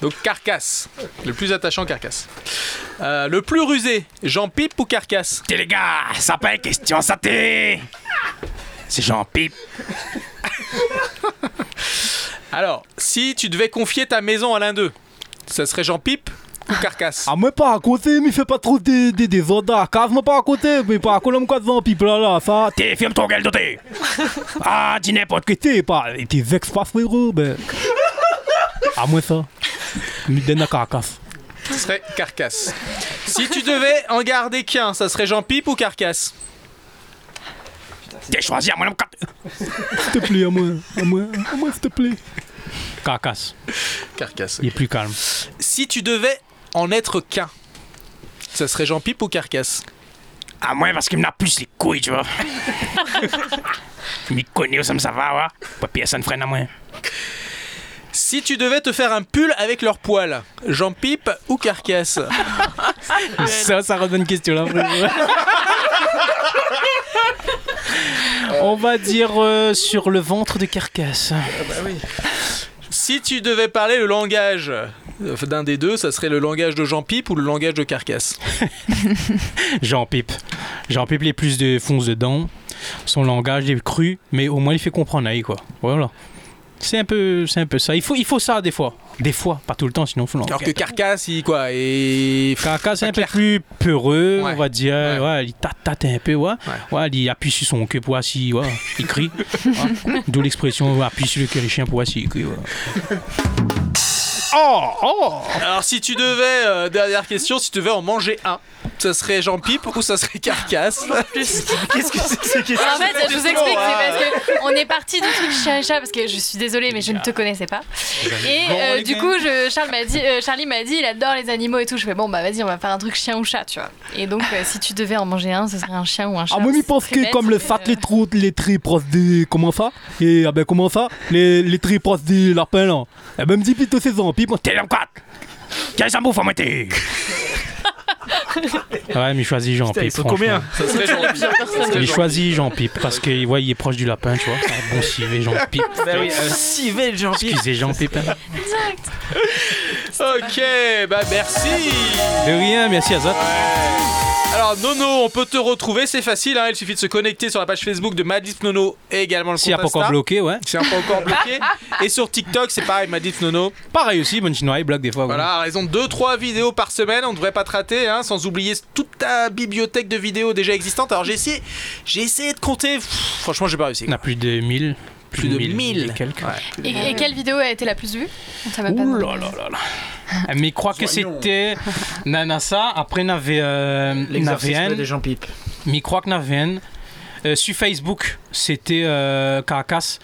Donc, Carcasse. Le plus attachant, Carcasse. Euh, le plus rusé, Jean-Pipe ou Carcasse T'es les gars, ça pas question, ça t'es C'est Jean-Pipe. Alors, si tu devais confier ta maison à l'un d'eux, ça serait Jean-Pipe ou Carcasse Ah, moi, pas à côté, mais fais pas trop des, des, des ordres. Cave-moi pas à côté, mais pas à colombe, quoi, devant, pipe là, là, ça. T'es ferme ton gueule de thé. Ah, dis n'importe Que t'es pas. T'es vex pas, frérot, ben. À moi, ça. Me donne la carcasse. Ce serait Carcasse. si tu devais en garder qu'un, ça serait Jean-Pipe ou Carcasse T'es choisi à moi, S'il te plaît, à moi, à moi, à moi, s'il te plaît. Carcasse. Carcasse. Il est plus calme. Si tu devais en être qu'un, ça serait Jean-Pipe ou Carcasse À Ah, moi, parce qu'il me l'a plus les couilles, tu vois. Il m'y connaît, ça me ça va, ouais. Pas personne freine à moi. Si tu devais te faire un pull avec leurs poils, Jean-Pipe ou Carcasse Ça, ça redonne question là. On va dire euh, sur le ventre de carcasse. Ah bah Si tu devais parler le langage euh, d'un des deux, ça serait le langage de Jean-Pipe ou le langage de Carcasse Jean Pipe. Jean Pipe, il est plus de fonce dedans. Son langage il est cru, mais au moins il fait comprendre Aïe, quoi. Voilà. C'est un peu, c'est un peu ça. Il faut, il faut ça des fois. Des fois, pas tout le temps, sinon faut Alors que Carcasse, il quoi et... Carcasse est un peu plus peureux, on va dire. Ouais. il tâte un peu, ouais. ouais. il appuie sur son queue pour assis, ouais. Il crie. Ouais. D'où l'expression ouais, appuie sur le queue les chiens pour assis, il crie. ouais. Oh, Alors si tu devais, euh, dernière question, si tu devais en manger un, ça serait Jean-Pipe ou ça serait Carcasse Qu'est-ce que c'est que ces questions en fait, je vous explique, hein. c'est parce qu'on est parti du truc chien et chat, parce que je suis désolée, mais je ne te connaissais pas. Et euh, du coup, je- Charles m'a dit, euh, Charlie m'a dit, il adore les animaux et tout. Je fais, bon, bah vas-y, on va faire un truc chien ou chat, tu vois. Et donc, euh, si tu devais en manger un, ce serait un chien ou un chat. Ah, moi, je pense C'est que bête, euh, comme le mais, fat, les trous, les très proches des. Comment ça Et ah ben, comment ça Les, les très proches des lapins, là. Eh ben, me dis plutôt ces ans, pipe. T'es l'homme 4 Qu'est-ce que bouffe à moi, t'es Ouais, mais il choisit Jean Pipe. ils sont combien Ça serait Jean-Pipe. Ça serait Il Jean-Pipe. choisit Jean Pipe parce qu'il voit, il est proche du lapin, tu vois. C'est un bon civet, Jean Pipe. Euh, Bah oui, un civet, Jean Pipe. Excusez Jean Pipe. hein. Ok, bah merci. De rien, merci à ça. Alors Nono, on peut te retrouver, c'est facile, hein, il suffit de se connecter sur la page Facebook de Madis Nono et également le S'il n'y a compte pas encore Insta. bloqué, ouais. S'il n'y a pas encore bloqué. Et sur TikTok, c'est pareil, Madis Nono. Pareil aussi, bonne chinoise, il bloque des fois. ouais. Voilà, à raison de 2-3 vidéos par semaine, on ne devrait pas te rater, hein, sans oublier toute ta bibliothèque de vidéos déjà existantes. Alors j'ai essayé, j'ai essayé de compter, pff, franchement j'ai pas réussi. On a plus de 1000. Plus, de 1000. et quelques. euh, Et, et quelle vidéo a été la plus vue On t'a même pas Ouh demandé. là là là là. Ah, Mais je crois que c'était Nanasa. Après, on avait euh, L'exorcisme Navéen. de Jean-Pipe. Mais je crois que Navéen. Euh, sur Facebook, c'était euh, Carcasse.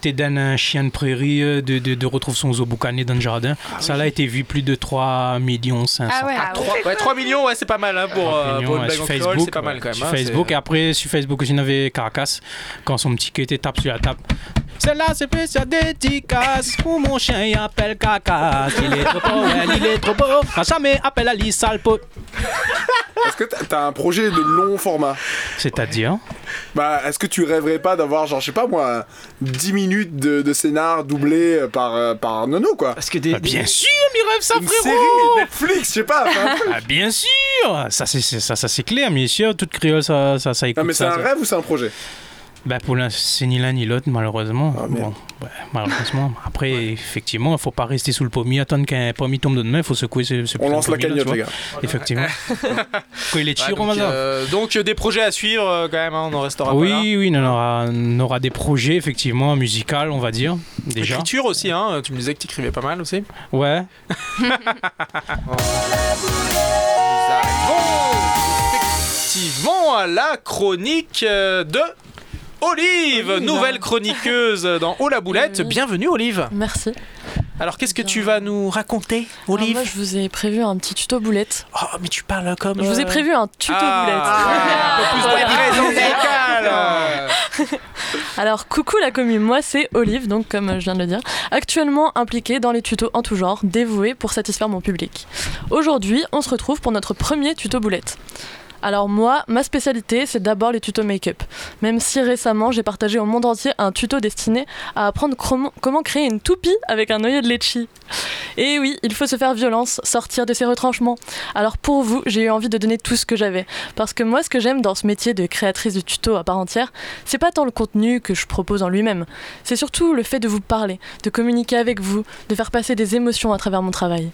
T'es dans un chien de prairie euh, de, de, de retrouve son zoo boucané dans le jardin. Ça là a été vu plus de 3 millions 500. Ah ouais, 3, millions, ouais, c'est pas mal hein, pour, euh, pour une Ouais, blague sur en créole, Facebook, c'est pas mal quand même. sur hein, Facebook c'est- et après sur Facebook aussi on avait Carcasse quand son petit queue était tape sur la table celle-là c'est plus sa dédicace pour mon chien il appelle Carcasse il est trop beau elle, il est trop beau m'a jamais appelé Alice sale pote Est-ce que t'as- t'as un projet de long format C'est-à-dire Bah, est-ce que tu rêverais pas d'avoir, genre, je sais pas moi, 10 minutes de, de scénar doublé euh, par, euh, par Nono, quoi Parce que Bah, bien sûr, mes rêves, ça, Une frérot série Netflix, je sais pas enfin, un truc. Ah, bien sûr Ça, c'est c'est- ça, ça, c'est clair, mais sûr, toute créole, ça, ça, ça écoute Non, mais c'est ça, un ça. rêve ou c'est un projet Bah, pour l'instant, c'est ni l'un ni l'autre, malheureusement. Ah, Bon, ouais, malheureusement. Après, effectivement, il faut pas rester sous le pommier, attendre qu'un pommier tombe de demain, il faut secouer ce, ce On putain de lance la pommier-là, tu cagnotte, vois. les gars. Effectivement. Quand il est Ouais, tiré, on donc, va euh, donc, euh, des projets à suivre euh, quand même, hein, on en restera oui, pas là. oui, on aura, on aura des projets, effectivement, musicales, on va dire, déjà. Écriture aussi, hein, tu me disais que tu écrivais pas mal aussi. Ouais. Effectivement, à la chronique euh, de Olive, nouvelle chroniqueuse dans Oh la boulette. Bienvenue Olive. Merci. Alors qu'est-ce que tu vas nous raconter, Olive moi, je vous ai prévu un petit tuto boulette. Oh, mais tu parles comme. Je vous ai euh, prévu un tuto Ah, boulette. un peu plus de Voilà. présence vocale. Alors, coucou la commune, moi c'est Olive, donc comme euh, je viens de le dire, actuellement impliquée dans les tutos en tout genre, dévouée pour satisfaire mon public. Aujourd'hui, on se retrouve pour notre premier tuto boulette. Alors moi, ma spécialité, c'est d'abord les tutos make-up. Même si récemment, j'ai partagé au monde entier un tuto destiné à apprendre crom- comment créer une toupie avec un œillet de litchi. Et oui, il faut se faire violence, sortir de ses retranchements. Alors pour vous, j'ai eu envie de donner tout ce que j'avais. Parce que moi, ce que j'aime dans ce métier de créatrice de tuto à part entière, c'est pas tant le contenu que je propose en lui-même. C'est surtout le fait de vous parler, de communiquer avec vous, de faire passer des émotions à travers mon travail.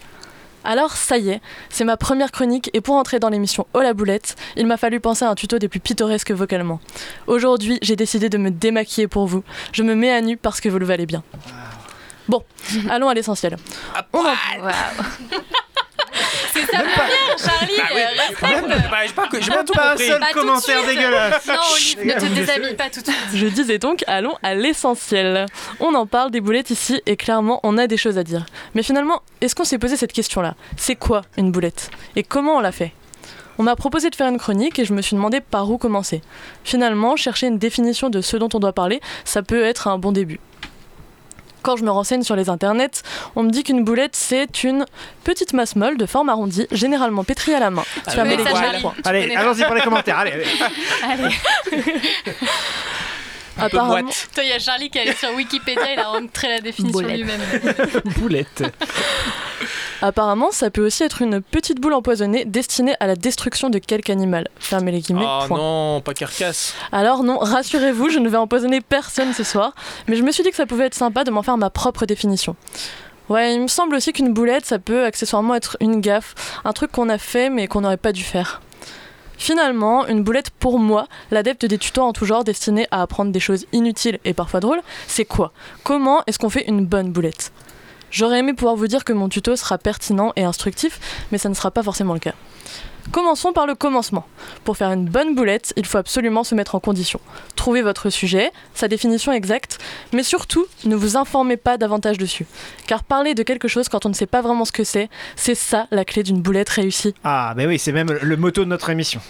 Alors ça y est, c'est ma première chronique et pour entrer dans l'émission Oh la boulette, il m'a fallu penser à un tuto des plus pittoresques vocalement. Aujourd'hui, j'ai décidé de me démaquiller pour vous. Je me mets à nu parce que vous le valez bien. Bon, allons à l'essentiel. On en- C'est ça, première, Charlie. Bah oui, euh, bah, bah, j'ai pas, j'ai pas tout compris. Pas tout de suite. Non, Olive, ne te Chut. déshabille pas tout de suite. Je disais donc, allons à l'essentiel. On en parle des boulettes ici et clairement, on a des choses à dire. Mais finalement, est-ce qu'on s'est posé cette question-là C'est quoi une boulette Et comment on l'a fait On m'a proposé de faire une chronique et je me suis demandé par où commencer. Finalement, chercher une définition de ce dont on doit parler, ça peut être un bon début quand je me renseigne sur les internets, on me dit qu'une boulette, c'est une petite masse molle de forme arrondie, généralement pétrie à la main. Ah, Sur un mais mélange voilà. de points. Allez, allons-y pour les commentaires. Allez, allez. Apparemment- Toi, il y a Charlie qui est allé sur Wikipédia, il a rentré la définition Boulette. lui-même. Boulette. Ah, Apparemment, ça peut aussi être une petite boule empoisonnée destinée à la destruction de quelque animal. Fermez les guillemets. Oh point. non, pas carcasse. Alors non, rassurez-vous, je ne vais empoisonner personne ce soir, mais je me suis dit que ça pouvait être sympa de m'en faire ma propre définition. Ouais, il me semble aussi qu'une boulette, ça peut accessoirement être une gaffe, un truc qu'on a fait mais qu'on n'aurait pas dû faire. Finalement, une boulette pour moi, l'adepte des tutos en tout genre destinés à apprendre des choses inutiles et parfois drôles, c'est quoi Comment est-ce qu'on fait une bonne boulette J'aurais aimé pouvoir vous dire que mon tuto sera pertinent et instructif, mais ça ne sera pas forcément le cas. Commençons par le commencement. Pour faire une bonne boulette, il faut absolument se mettre en condition. Trouver votre sujet, sa définition exacte, mais surtout, ne vous informez pas davantage dessus. Car parler de quelque chose quand on ne sait pas vraiment ce que c'est, c'est ça la clé d'une boulette réussie. Ah, ben oui, c'est même le motto de notre émission.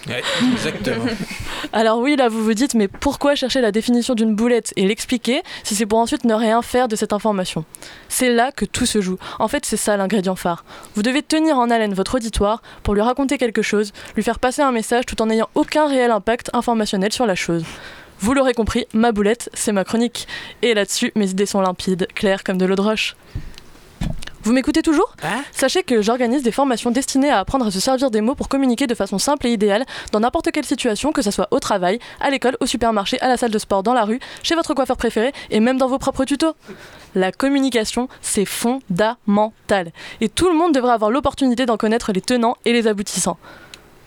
exactement. Alors oui, là vous vous dites, mais pourquoi chercher la définition d'une boulette et l'expliquer si c'est pour ensuite ne rien faire de cette information C'est là que tout se joue. En fait, c'est ça l'ingrédient phare. Vous devez tenir en haleine votre auditoire pour lui raconter quelque chose, lui faire passer un message tout en n'ayant aucun réel impact informationnel sur la chose. Vous l'aurez compris, ma boulette, c'est ma chronique. Et là-dessus, mes idées sont limpides, claires comme de l'eau de roche. Vous m'écoutez toujours Sachez que j'organise des formations destinées à apprendre à se servir des mots pour communiquer de façon simple et idéale dans n'importe quelle situation, que ce soit au travail, à l'école, au supermarché, à la salle de sport, dans la rue, chez votre coiffeur préféré et même dans vos propres tutos. La communication, c'est fondamental. Et tout le monde devrait avoir l'opportunité d'en connaître les tenants et les aboutissants.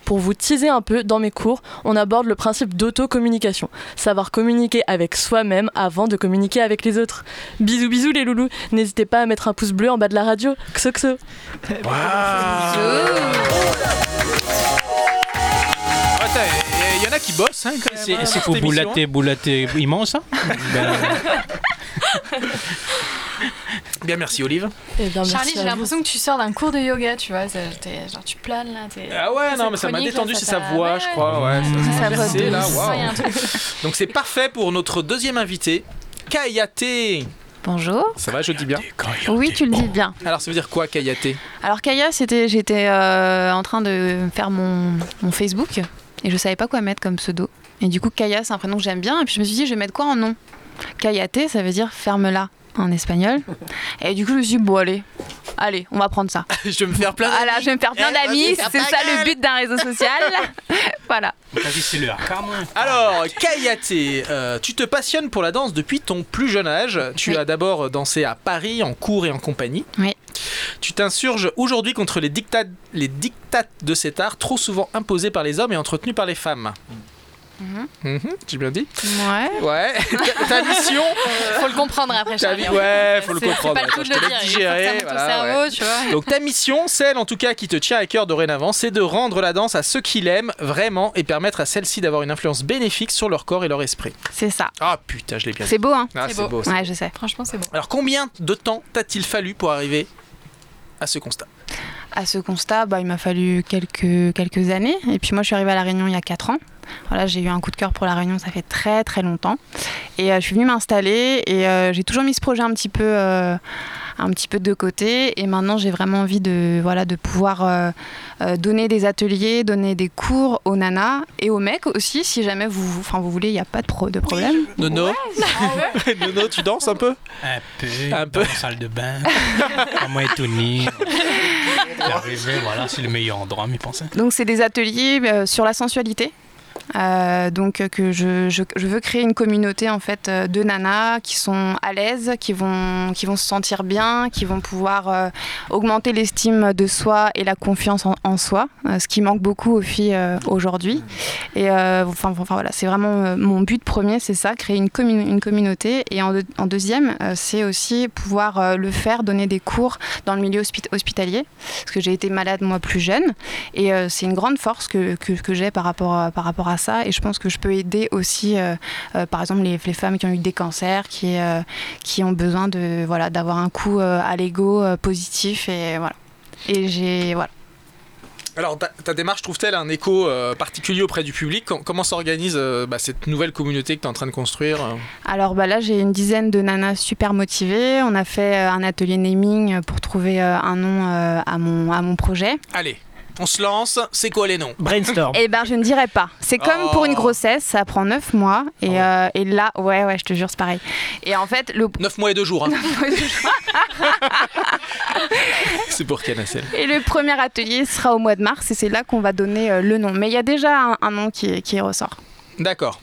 Pour vous teaser un peu, dans mes cours, on aborde le principe d'auto-communication. Savoir communiquer avec soi-même avant de communiquer avec les autres. Bisous bisous les loulous, n'hésitez pas à mettre un pouce bleu en bas de la radio. Xo xo. Oh, Il y en a qui bossent, hein, quand même. hein, C'est c'est dans pour cette émission, boulater, boulater immense, hein Ben, hein. Bien, merci Olive. Charlie, j'ai l'impression que tu sors d'un cours de yoga, tu vois. ça- t'es- Genre, tu planes là. t'es- Ah ouais, non, cette mais ça m'a chronique, détendu, là, c'est ça sa t'a- voix, je crois. Ouais, Ça ça m'a va bercé, de là, ouf, waouh. il y a un truc. Donc c'est parfait pour notre deuxième invité, Kayate. Bonjour. Ça va, je dis bien Oui, tu le dis bien. Alors, ça veut dire quoi, Kayate Alors Kaya, c'était, j'étais euh, en train de faire mon, mon Facebook et je savais pas quoi mettre comme pseudo. Et du coup, Kaya, c'est un prénom que j'aime bien. Et puis je me suis dit, je vais mettre quoi en nom Kayate, ça veut dire ferme-la en espagnol. Et du coup, je me suis dit, bon allez, allez, on va prendre ça. Je vais me faire plein d'amis. Voilà, je vais me faire plein Eh, vas-y, d'amis. ferme C'est ta ça le gueule. but d'un réseau social. voilà. Alors, Kayate, euh, tu te passionnes pour la danse depuis ton plus jeune âge. Tu as d'abord dansé à Paris en cours et en compagnie. Oui. Tu t'insurges aujourd'hui contre les dictats, les dictats de cet art, trop souvent imposés par les hommes et entretenus par les femmes. Mhm, J'ai bien dit Ouais. Ouais. Ta- Ta mission Faut le comprendre après. Ta Charlie, vie- en fait. Ouais, faut le C'est- c'est comprendre. pas le Attends, coup de je te le laisse dire, il faut digérer, que ça monte au voilà, cerveau, ouais. tu vois. Donc ta mission, celle en tout cas qui te tient à cœur dorénavant, c'est de rendre la danse à ceux qui l'aiment vraiment et permettre à celle-ci d'avoir une influence bénéfique sur leur corps et leur esprit. C'est ça. Ah putain, je l'ai bien dit. C'est beau, hein Ah, c'est beau. ça. Ouais, je sais. Franchement, c'est beau. Alors combien de temps t'a-t-il fallu pour arriver à ce constat À ce constat, bah, il m'a fallu quelques, quelques années. Et puis moi, je suis arrivée à La Réunion il y a 4 ans. Voilà, j'ai eu un coup de cœur pour La Réunion, ça fait très très longtemps. Et euh, je suis venue m'installer et euh, j'ai toujours mis ce projet un petit peu, euh, un petit peu de côté. Et maintenant, j'ai vraiment envie de, voilà, de pouvoir euh, euh, donner des ateliers, donner des cours aux nanas et aux mecs aussi, si jamais vous, enfin, vous voulez, il n'y a pas de, pro- de problème. Nono Nono, tu danses un peu Un peu. Un peu. Dans la salle de bain. Maman est Tony. T'es arrivé, voilà, c'est le meilleur endroit, mais pensez. Donc c'est des ateliers euh, sur la sensualité. Euh, donc euh, que je, je- je veux créer une communauté en fait euh, de nanas qui sont à l'aise, qui vont, qui vont se sentir bien, qui vont pouvoir euh, augmenter l'estime de soi et la confiance en, en soi, euh, ce qui manque beaucoup aux filles euh, aujourd'hui. Et euh, enfin, enfin, voilà, c'est vraiment euh, mon but premier, c'est ça, créer une, commun- une communauté. Et en, deux- en deuxième, euh, c'est aussi pouvoir euh, le faire, donner des cours dans le milieu hospi- hospitalier, parce que j'ai été malade moi plus jeune. Et euh, c'est une grande force que, que, que j'ai par rapport, à, par rapport à ça. Et je pense que je peux aider aussi, euh, euh, par exemple, les, les femmes qui ont eu des cancers, qui, euh, qui ont besoin de voilà d'avoir un coup euh, à l'ego euh, positif. Et voilà. Et j'ai voilà. Alors, ta, ta démarche trouve-t-elle un écho euh, particulier auprès du public Com- Comment s'organise euh, bah, cette nouvelle communauté que tu es en train de construire euh Alors bah là, j'ai une dizaine de nanas super motivées. On a fait euh, un atelier naming pour trouver euh, un nom euh, à, mon, à mon projet. Allez, on se lance. C'est quoi les noms Brainstorm. Eh ben, je ne dirais pas. C'est comme pour une Oh. grossesse, ça prend 9 mois. Et, euh, et là, ouais, ouais, je te jure, c'est pareil. Et en fait, le... 9 mois et 2 jours. hein. c'est pour Canacel. Et le premier atelier sera au mois de mars et c'est là qu'on va donner euh, le nom. Mais il y a déjà un, un nom qui, qui ressort. D'accord.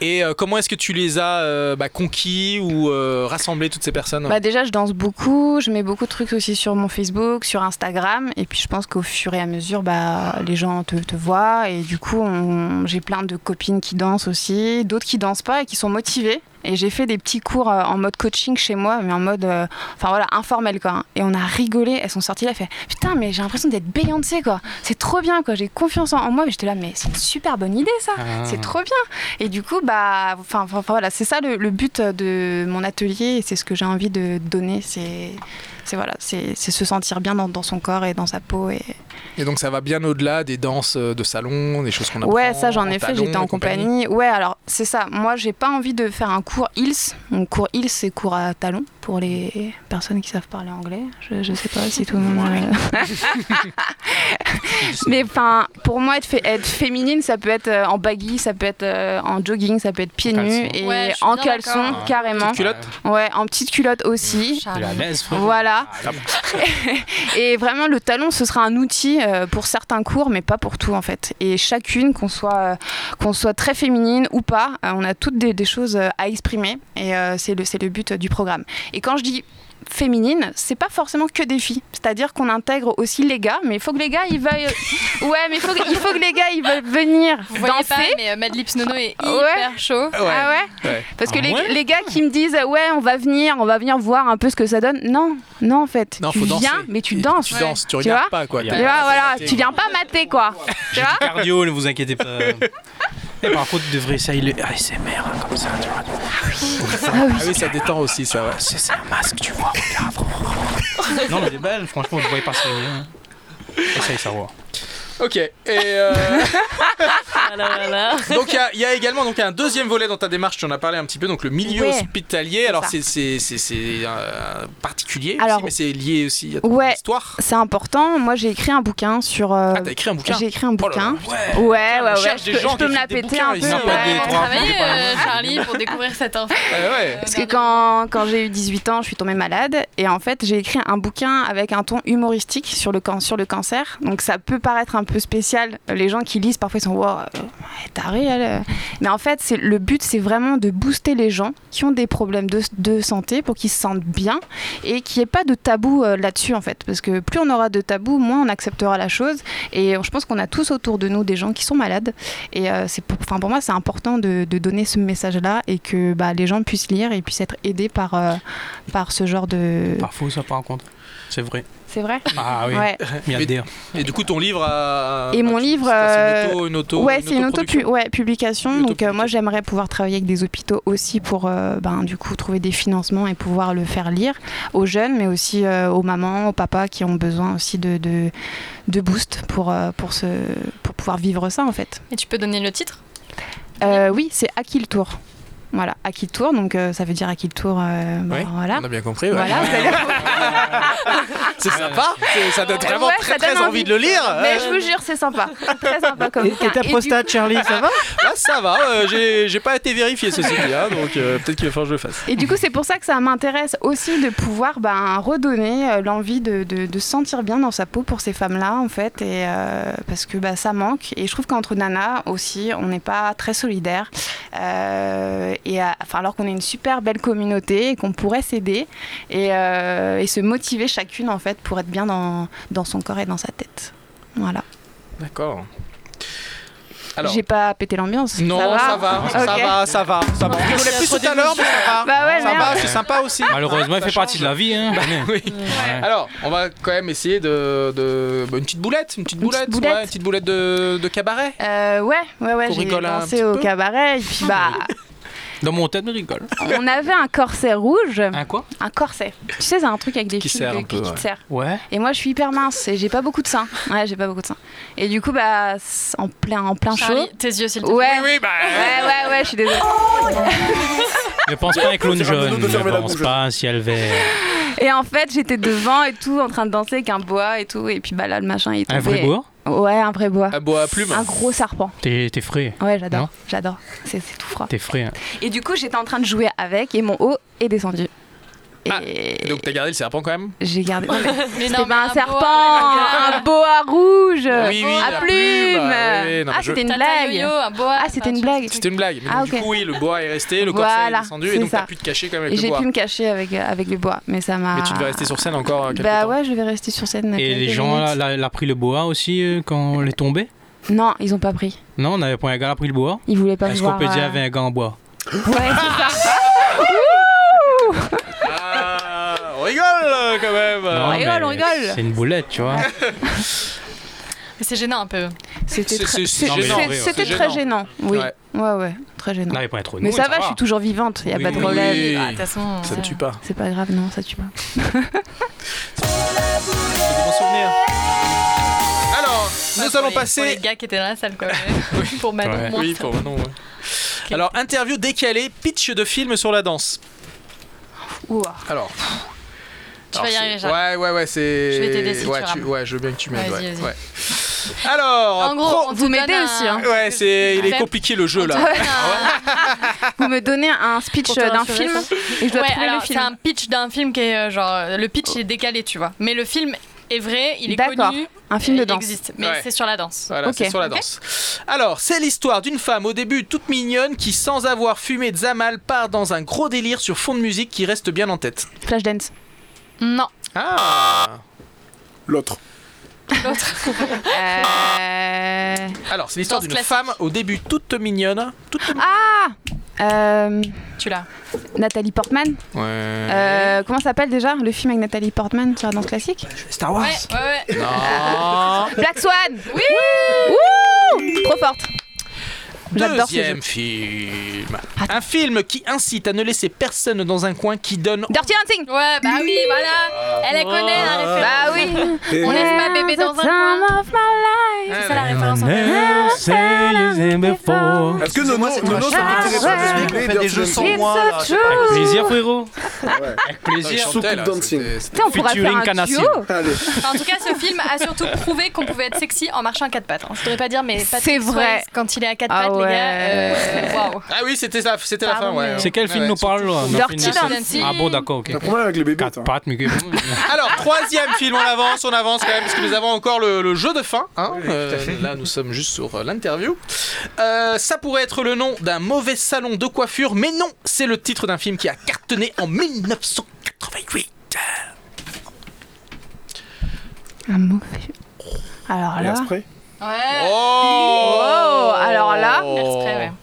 Et euh, comment est-ce que tu les as euh, bah, conquis ou euh, rassemblés toutes ces personnes Bah déjà, je danse beaucoup, je mets beaucoup de trucs aussi sur mon Facebook, sur Instagram. Et puis je pense qu'au fur et à mesure, bah, les gens te, te voient. Et du coup, on- j'ai plein de copines qui dansent aussi, d'autres qui dansent pas et qui sont motivées. Et j'ai fait des petits cours euh, en mode coaching chez moi, mais en mode, euh, enfin voilà, informel quoi. hein. Et on a rigolé, elles sont sorties là, fait putain, mais j'ai l'impression d'être Beyoncé quoi. C'est trop bien quoi, j'ai confiance en, en moi. Mais j'étais là, mais c'est une super bonne idée ça, Ah. c'est trop bien. Et du coup, bah, enfin, enfin, enfin, voilà, c'est ça le, le but de mon atelier et c'est ce que j'ai envie de donner. C'est, c'est voilà, c'est c'est se sentir bien dans, dans son corps et dans sa peau et, Et donc ça va bien au-delà des danses euh, de salon, des choses qu'on apprend. Ouais, ça j'en ai fait, talons j'étais en et compagnie. compagnie. Ouais, alors c'est ça. Moi, j'ai pas envie de faire un cours Hills. Donc cours Hills, c'est cours à talons pour les personnes qui savent parler anglais. Je, je sais pas si tout le monde. Mais enfin, pour moi, être, fé- être féminine, ça peut être euh, en baggy, ça peut être euh, en jogging, ça peut être pieds nus et Ouais, je suis en bien caleçon d'accord. carrément. Ah. Petite culotte Ouais, en petite culotte aussi. Charles. T'es à l'aise, Ah, frère. Voilà. et vraiment, le talon, ce sera un outil euh, pour certains cours, mais pas pour tout en fait. Et chacune, qu'on soit, euh, qu'on soit très féminine ou pas, euh, on a toutes des, des choses euh, à exprimer et euh, c'est le, c'est le but euh, du programme. Et quand je dis féminine, c'est pas forcément que des filles. C'est-à-dire qu'on intègre aussi les gars, mais il faut que les gars ils veuillent. Ouais, mais faut que- il faut que les gars ils veulent venir Vous voyez danser. pas, mais euh, Mad Lips Nono Ouais. est hyper chaud. Ah ouais parce que Ah les, ouais les gars qui me disent ah ouais on va venir on va venir voir un peu ce que ça donne non non en fait Non, tu faut viens danser. mais tu danses tu danses, tu regardes vois pas, quoi. tu T'as vois, pas voilà maté, tu viens pas mater quoi tu vois Cardio, ne vous inquiétez pas. Et par contre, devrait essayer le ASMR hein, comme ça, tu vois. Ah oui, ça détend aussi, ça. Ouais. C'est un masque, tu vois, hein. regarde. non, mais elle est belle, franchement, je ne voyais pas ça. Essaye, ça va. Ok. Et euh, Ah donc il y a- il y, a également donc un deuxième volet dans ta démarche. Tu en as parlé un petit peu. Donc le milieu Ouais. hospitalier. Alors ça. c'est c'est c'est- c'est, euh, particulier. aussi, Alors- mais c'est lié aussi à ton Ouais, histoire. Ah, c'est important. Moi, j'ai écrit un bouquin sur. euh, t'as écrit un bouquin J'ai écrit un Oh là là, bouquin. putain. ouais, ouais, ouais. On cherche Je des peux, gens je peux qui me la écrivent des péter bouquins, un ils peu. n'ont pas des ouais. trois Travailler, euh, Charlie, pour découvrir cette info. Euh, Parce que quand, quand j'ai eu 18 ans, je suis tombée malade et en fait, j'ai écrit un bouquin avec un ton humoristique sur le, can- sur le cancer. Donc ça peut paraître un peu spécial. Les gens qui lisent parfois ils sont wow, euh, elle est tarée, elle, euh. Mais en fait, c'est le but c'est vraiment de booster les gens qui ont des problèmes de, de santé pour qu'ils se sentent bien et qu'il n'y ait pas de tabou euh, là-dessus en fait parce que plus on aura de tabou, moins on acceptera la chose et je pense qu'on a tous autour de nous des gens qui sont malades et euh, c'est pour, enfin, pour moi c'est important de, de donner ce message là et que bah, les gens puissent lire et puissent être aidés par, euh, par ce genre de Parfois, ça par contre. C'est vrai. c'est vrai Ah oui. Ouais. Bien dire. Et du coup, ton livre a. et mon livre c'est une euh, auto- une auto- ouais une c'est une auto autoproduction. ouais, publication donc euh, moi j'aimerais pouvoir travailler avec des hôpitaux aussi pour euh, ben, du coup trouver des financements et pouvoir le faire lire aux jeunes mais aussi euh, aux mamans aux papas qui ont besoin aussi de, de, de boost pour, euh, pour, ce, pour pouvoir vivre ça en fait Et tu peux donner le titre Euh, oui, c'est à qui le tour Voilà, à qui le tour Donc euh, ça veut dire à qui le tour euh, bah, Oui, Voilà. On a bien compris. ouais. Voilà, vous allez- C'est sympa. c'est- Ça donne vraiment Ouais, très ça donne très envie. de le lire. Mais Euh, je vous jure, c'est sympa. C'est Très sympa comme Et, bouquin. et ta du prostate, Charlie, ça va Là, ça va. euh, j'ai- J'ai pas été vérifié ceci dit, hein, donc euh, peut-être qu'il va falloir que je le fasse. Et du coup, c'est pour ça que ça m'intéresse aussi de pouvoir ben, redonner euh, l'envie de, de, de se sentir bien dans sa peau pour ces femmes-là, en fait, et, euh, parce que bah, ça manque. Et je trouve qu'entre nanas aussi, on n'est pas très solidaires. Euh, et, à- enfin, alors qu'on est une super belle communauté et qu'on pourrait s'aider et, euh, et se motiver chacune, en fait, pour être bien dans, dans son corps et dans sa tête. Voilà. D'accord. J'ai pas pété l'ambiance. Non, ça va, ça va, Ok. ça va, ça va. On rigolait plus tout à l'heure, mais ça va. Bah ouais, ça merde. Ah, va, c'est sympa aussi. Malheureusement, elle Ça Bah, fait partie de la vie. Hein. oui. Alors, on va quand même essayer de, de- bah, une petite boulette, une petite boulette, boulette. ouais, une petite boulette de, de cabaret. Euh, ouais, ouais, ouais, Qu'on j'ai rigole un petit dansé au peu. cabaret et puis bah. Dans mon tête, on rigole. On avait un corset rouge. Un quoi Un corset. Tu sais, c'est un truc avec des Qui fils serre de- un peu, qui ouais. te serrent. Ouais. Et moi, je suis hyper mince et j'ai pas beaucoup de seins. Ouais, j'ai pas beaucoup de seins. Et du coup, bah, s- en plein, en plein Charlie, chaud. tes yeux, s'il te plaît. Ouais. Oui, oui, bah. Ouais, ouais, ouais, je suis désolée. Ne pense pas à un clown jaune. Ne pense pas à un ciel vert. Et en fait, j'étais devant et tout, en train de danser avec un bois et tout. Et puis, bah là, le machin, il est Un tombé. vrai bois Ouais, un vrai bois. Un bois à plumes Un gros serpent. T'es t'es frais. Ouais, j'adore. bah. Non J'adore. C'est c'est tout froid. T'es frais. hein. Et du coup, j'étais en train de jouer avec et mon haut est descendu. Ah, donc t'as gardé le serpent quand même J'ai gardé. Non, mais Mais C'était non, mais pas un, un serpent, boa. un boa rouge, Oui, oui, à la plume. plume, Bah, oui, non, ah, mais je- c'était une Tata blague. yo-yo, ah, c'était une blague. C'était une blague. Mais Ah, donc, ok. Du coup, oui, le bois est resté, le corset Voilà, est descendu, et c'est donc t'as ça. pu te cacher quand même Et avec le j'ai bois. pu me cacher avec, euh, avec le bois, mais ça m'a. Mais tu devais rester sur scène encore euh, quelques Bah temps. ouais, je vais rester sur scène. Et quelques les gens, minutes. là, là, elle a pris le boa aussi euh, quand on est tombé Non, ils ont pas pris. Non, on avait pas un gars, elle a pris le boa. Ils voulaient pas me Est-ce qu'on voir. peut dire qu'il y euh, avait un gars en bois Ouais, c'est ça. Ah, on rigole euh, quand même. Non, mais on rigole. C'est une boulette, tu vois. Mais c'est gênant un peu. C'était C'est- très, c'est- c'est- non, mais c'est- en hein, vrai, c'était c'est très gênant. gênant. Oui. Ouais. Ouais, ouais, très gênant. Non, mais pas trop mais nous, ça ça va, va. je suis toujours vivante, y a Oui, pas de oui, problème. oui. Ah, De toute façon. Ça euh, ne tue pas. C'est pas grave, non, ça tue pas. C'est des bons souvenirs. Alors, nous allons pour les- Pour les passer. gars qui étaient dans la salle, quoi. pour Manon. Ouais. moins Oui, ça. pour Manon, ouais. Alors, interview décalée, pitch de film sur la danse. Ouah. Alors. Tu vas y c'est- arriver, Jacques. Ouais, ouais, ouais, c'est. Je vais t'aider si tu ouais, rames. ouais, je veux bien que tu m'aides. Vas-y, ouais, vas-y. ouais. Alors. En gros, pro- on te donne un- Ouais, c'est. Il est Faible. compliqué le jeu là. Vous me donnez un speech Pour te d'un rassurer, film ça. et je dois Ouais, trouver le alors, film. Oh. C'est un pitch d'un film qui est euh, genre. euh, Le pitch est décalé, tu vois. Mais le film est vrai, il est D'accord. connu. Un film de il danse. existe. Mais Ouais. c'est sur la danse. Voilà, c'est sur la Ok. danse. Alors, c'est l'histoire d'une femme au début toute mignonne qui, sans avoir fumé de Zamal, part dans un gros délire sur fond de musique qui reste bien en tête. Flashdance. Non. Ah L'autre. Euh... Alors, c'est l'histoire Danse d'une classique. femme au début toute mignonne. Toute... Ah Euh, Tu l'as. Nathalie Portman. Ouais. Euh, comment ça s'appelle déjà le film avec Nathalie Portman sur la danse classique Star Wars Ouais, Non Black Swan Oui Wouh Trop forte J'adore ce Deuxième film. Un film qui incite à ne laisser personne dans un coin qui donne Dirty Hunting Ouais, bah oui, voilà Elle la connaît la référence Ah. Bah oui On laisse pas bébé dans un coin C'est ça la référence en Ah, fait. Est-ce Est-ce que Nono, Nono, ça t'intéresse pas de se fait des jeux sans moi Avec plaisir, frérot. Ah Avec Plaisir. plaisir. Souk Dancing. Putain, on pourra Featuring faire un Canassim. duo. Allez. Enfin, en tout cas, ce film a surtout prouvé qu'on pouvait être sexy en marchant à quatre pattes. hein. Je voudrais pas dire, mais Patrick C'est vrai. Swayze, quand il est à quatre Ah pattes, les gars, euh, ouais. waouh. Ah oui, c'était ça, c'était la fin, Pardon, ouais. mais- C'est quel film nous parle là surtout- Notre film Dirty national. Dancing. Ah bon, d'accord, ok. avec les bébés. Quatre pattes, mais que- Alors, troisième film, on avance, on avance quand même, parce que nous avons encore le, le jeu de fin. hein. Euh, là, nous sommes juste sur euh, l'interview. Euh, ça pourrait être le nom d'un mauvais salon de coiffure, mais non, c'est le titre d'un film qui a cartonné en 1988. Un mauvais. Alors là. euh, Oh, Oh, alors là.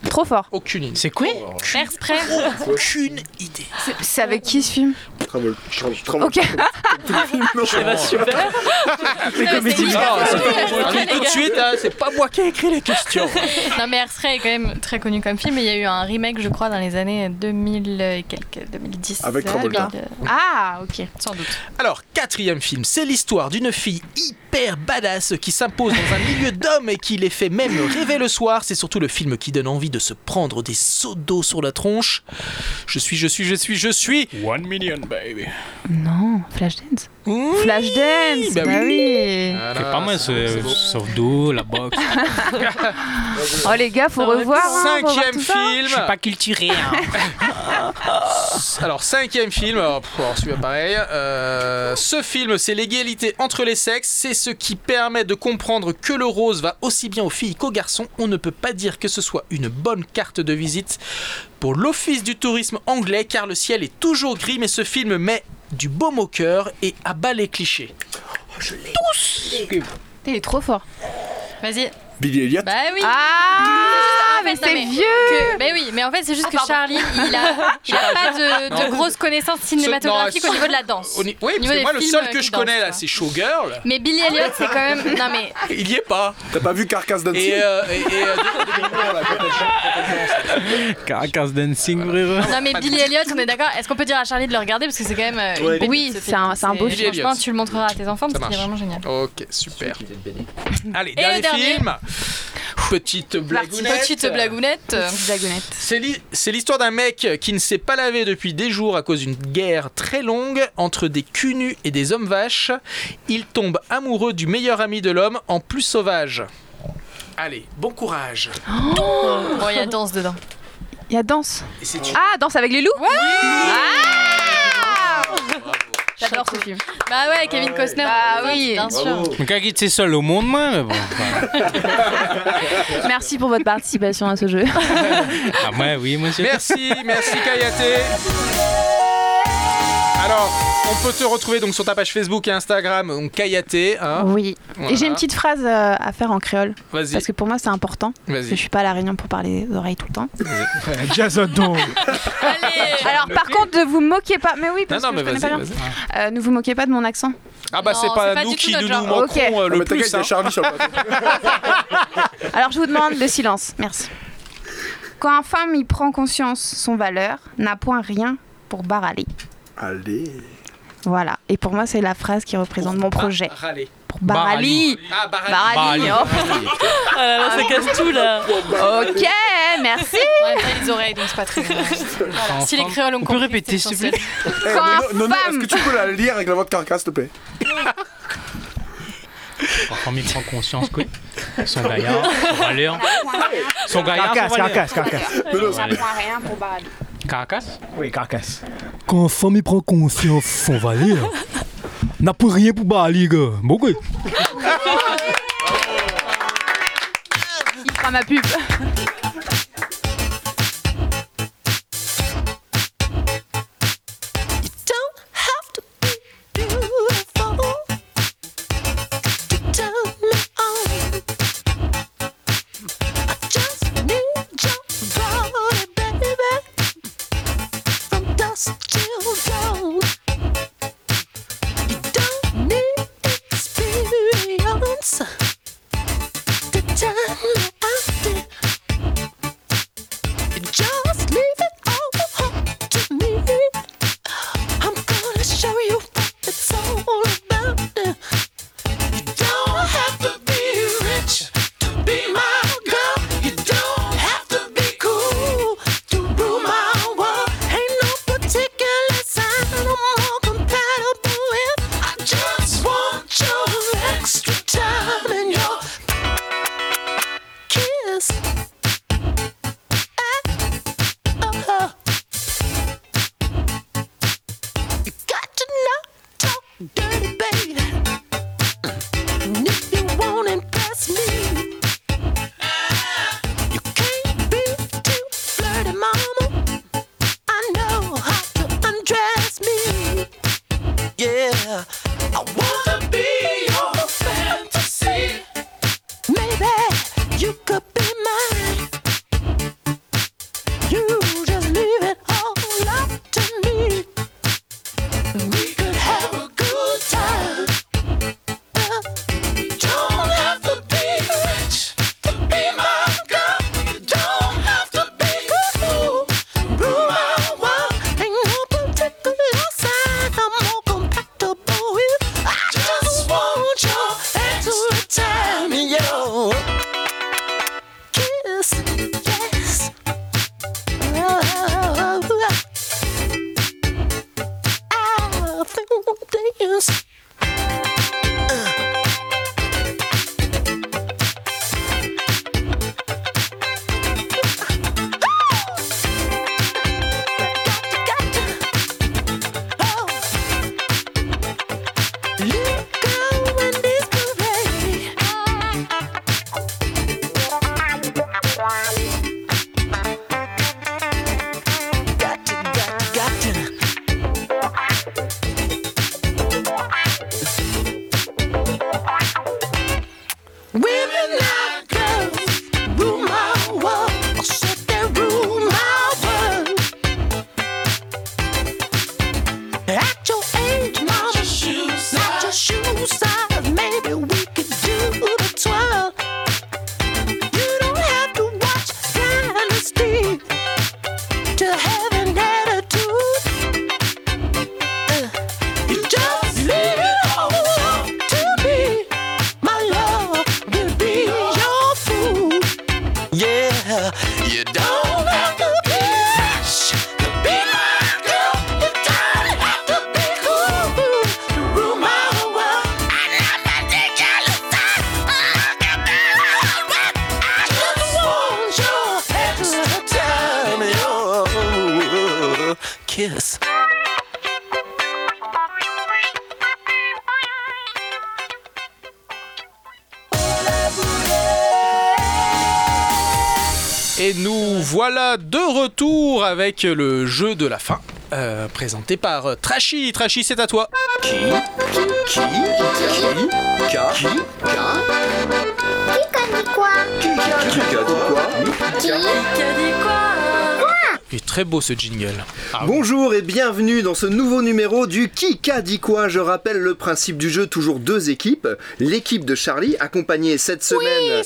Trop fort. Aucune idée. C'est quoi Exprès. Aucune idée. C'est- C'est avec qui ce film Travel. Travel. Ok. Ça va super. mais comédies c'est bizarre. musicales. Ah, mais tout de suite, hein, c'est pas moi qui ai écrit les questions. non mais Airstray est quand même très connu comme film, mais il y a eu un remake, je crois, dans les années 2000 et quelques, 2010. Avec Travolta. Euh, Ah, ok, sans doute. Alors, quatrième film, c'est l'histoire d'une fille hyper badass qui s'impose dans un milieu d'hommes et qui les fait même rêver le soir. C'est surtout le film qui donne envie de se prendre des seaux d'eau sur la tronche. Je suis, je suis, je suis, je suis. One million, baby. Non, Flashdance. Flashdance, bah bah, oui. C'est pas mal ce sauf d'eau, la boxe. Oh les gars, faut revoir. hein, faut voir Cinquième tout ça. film. culturé. Alors, cinquième film, alors, pff, alors, celui-là pareil. Euh, ce film, c'est l'égalité entre les sexes. C'est ce qui permet de comprendre que le rose va aussi bien aux filles qu'aux garçons. On ne peut pas dire que ce soit une bonne carte de visite pour l'Office du tourisme anglais, car le ciel est toujours gris, mais ce film met du baume au cœur et abat les clichés. Il est trop fort. Vas-y. Billy Elliot. Bah oui. Ah, mais c'est vieux. Bah oui, mais en fait, c'est juste que Charlie, il a, il a pas de, de Non. grosses connaissances cinématographiques Ce- non, au niveau de la danse. Au ni- Oui, Au parce niveau que des moi, le films, seul euh, que qui je connais, dansent, là, quoi. c'est Showgirl. Mais Billy Elliot, c'est quand même. Non mais. Il y est pas. T'as pas vu Carcass Dancing Et, euh, et- et, euh, Carcass Dancing, frérot. Non mais Billy Elliot, on est d'accord. Est-ce qu'on peut dire à Charlie de le regarder parce que c'est quand même. euh, une Ouais. pépite, Oui, ce c'est film. un- c'est un beau film. Billy Franchement, Elliot. tu le montreras à tes enfants Ça parce qu'il est marche. vraiment génial. Ok, super. Allez, Et le dernier, dernier. film. Petite blagounette. Petite blagounette. Petite blagounette. C'est l'hi- c'est l'histoire d'un mec qui ne s'est pas lavé depuis des jours à cause d'une guerre très longue entre des culs nus et des hommes vaches. Il tombe amoureux du meilleur ami de l'homme en plus sauvage. Allez, bon courage. Bon, il y a Oh. danse dedans. Il y a danse. Et c'est une- Ah, danse avec les loups. Ah J'adore ce film. Bah ouais, Kevin Costner. Bah présente, oui. Bien sûr. Mais quand il était seul au monde, moi, mais bon. enfin, Merci pour votre participation à ce jeu. Ah, ouais, oui, monsieur. Merci, merci Kayate. Alors, on peut te retrouver donc sur ta page Facebook et Instagram, donc Kayate. hein. Oui. Voilà. Et j'ai une petite phrase euh, à faire en créole. Vas-y. Parce que pour moi, c'est important. Vas-y. Parce que je suis pas à la réunion pour parler aux oreilles tout le temps. Jason Dong. Ah, Alors, par contre, ne vous moquez pas. Mais oui, parce Non, non, que mais je connais pas vas-y, bien. Euh, ne vous moquez pas de mon accent. Ah bah Non, c'est pas, c'est pas nous du tout qui notre nous, genre. nous manquons Ok. euh, le Mais plus. t'inquiète, il y a hein. Charlie sur le plateau. Alors, je vous demande le silence. Merci. Quand un femme y prend conscience, son valeur n'a point rien pour baraler. Allez. Voilà. Et pour moi, c'est la phrase qui représente mon projet. Râler. Pour Barali. Ah, Barali. Bah, Barali. oh. Ah là là, ça casse tout là. Ok, merci. On a pas les oreilles, donc c'est pas très grave. Voilà. Si les créoles ont On peut compris. répéter, c'est s'il vous plaît Eh, Quand mais un non, non, non, est-ce que tu peux la lire avec la voix de Carcass, s'il te plaît Quand il prend conscience, quoi. Son bah, gaillard, son valeur. Son gaillard, Carcass, son valeur. carcasse, carcasse. rien pour Barali. Carcass Oui, carcasse. Quand un femme y prend conscience, son valeur n'a plus rien pour Bali, gars. Bon, gars. Il fera ma pub. don't have to be beautiful to turn me on. I just need your body, baby, from dusk till dawn. You don't need experience to turn me on. Ah, dirty mama. I know how to undress me. Yeah, I wanna be your fantasy. Maybe you could be mine. You just leave it all up to me. We could have a good time. Uh, Don't have to be rich to be my girl. You don't have to be cool. Rule my world. Ain't no particular sign I'm more compatible with. I just want your extra time and your kiss. Yes. Oh. I think we'll dance. Women like girls rule my world. I said they rule my world. At your age, mama, not your shoe size. Maybe we could do the twirl. You don't have to watch Dynasty to have an attitude. Uh, you just leave it all up to me. My love will be your food. Yeah, you don't have to be rich to be my girl. You don't have to be cool to rule my world. I love my dick, I love that. Look at me, I just want your extra time, your kiss. Et nous voilà de retour avec le jeu de la fin, euh, présenté par euh, Trashy. Trashy, c'est à toi. Qui Qui Ka Qui Qui a dit quoi Il est très beau ce jingle. Ah Bonjour et bienvenue dans ce nouveau numéro du Qui qu'a dit quoi. Je rappelle le principe du jeu, toujours deux équipes. L'équipe de Charlie, accompagnée cette semaine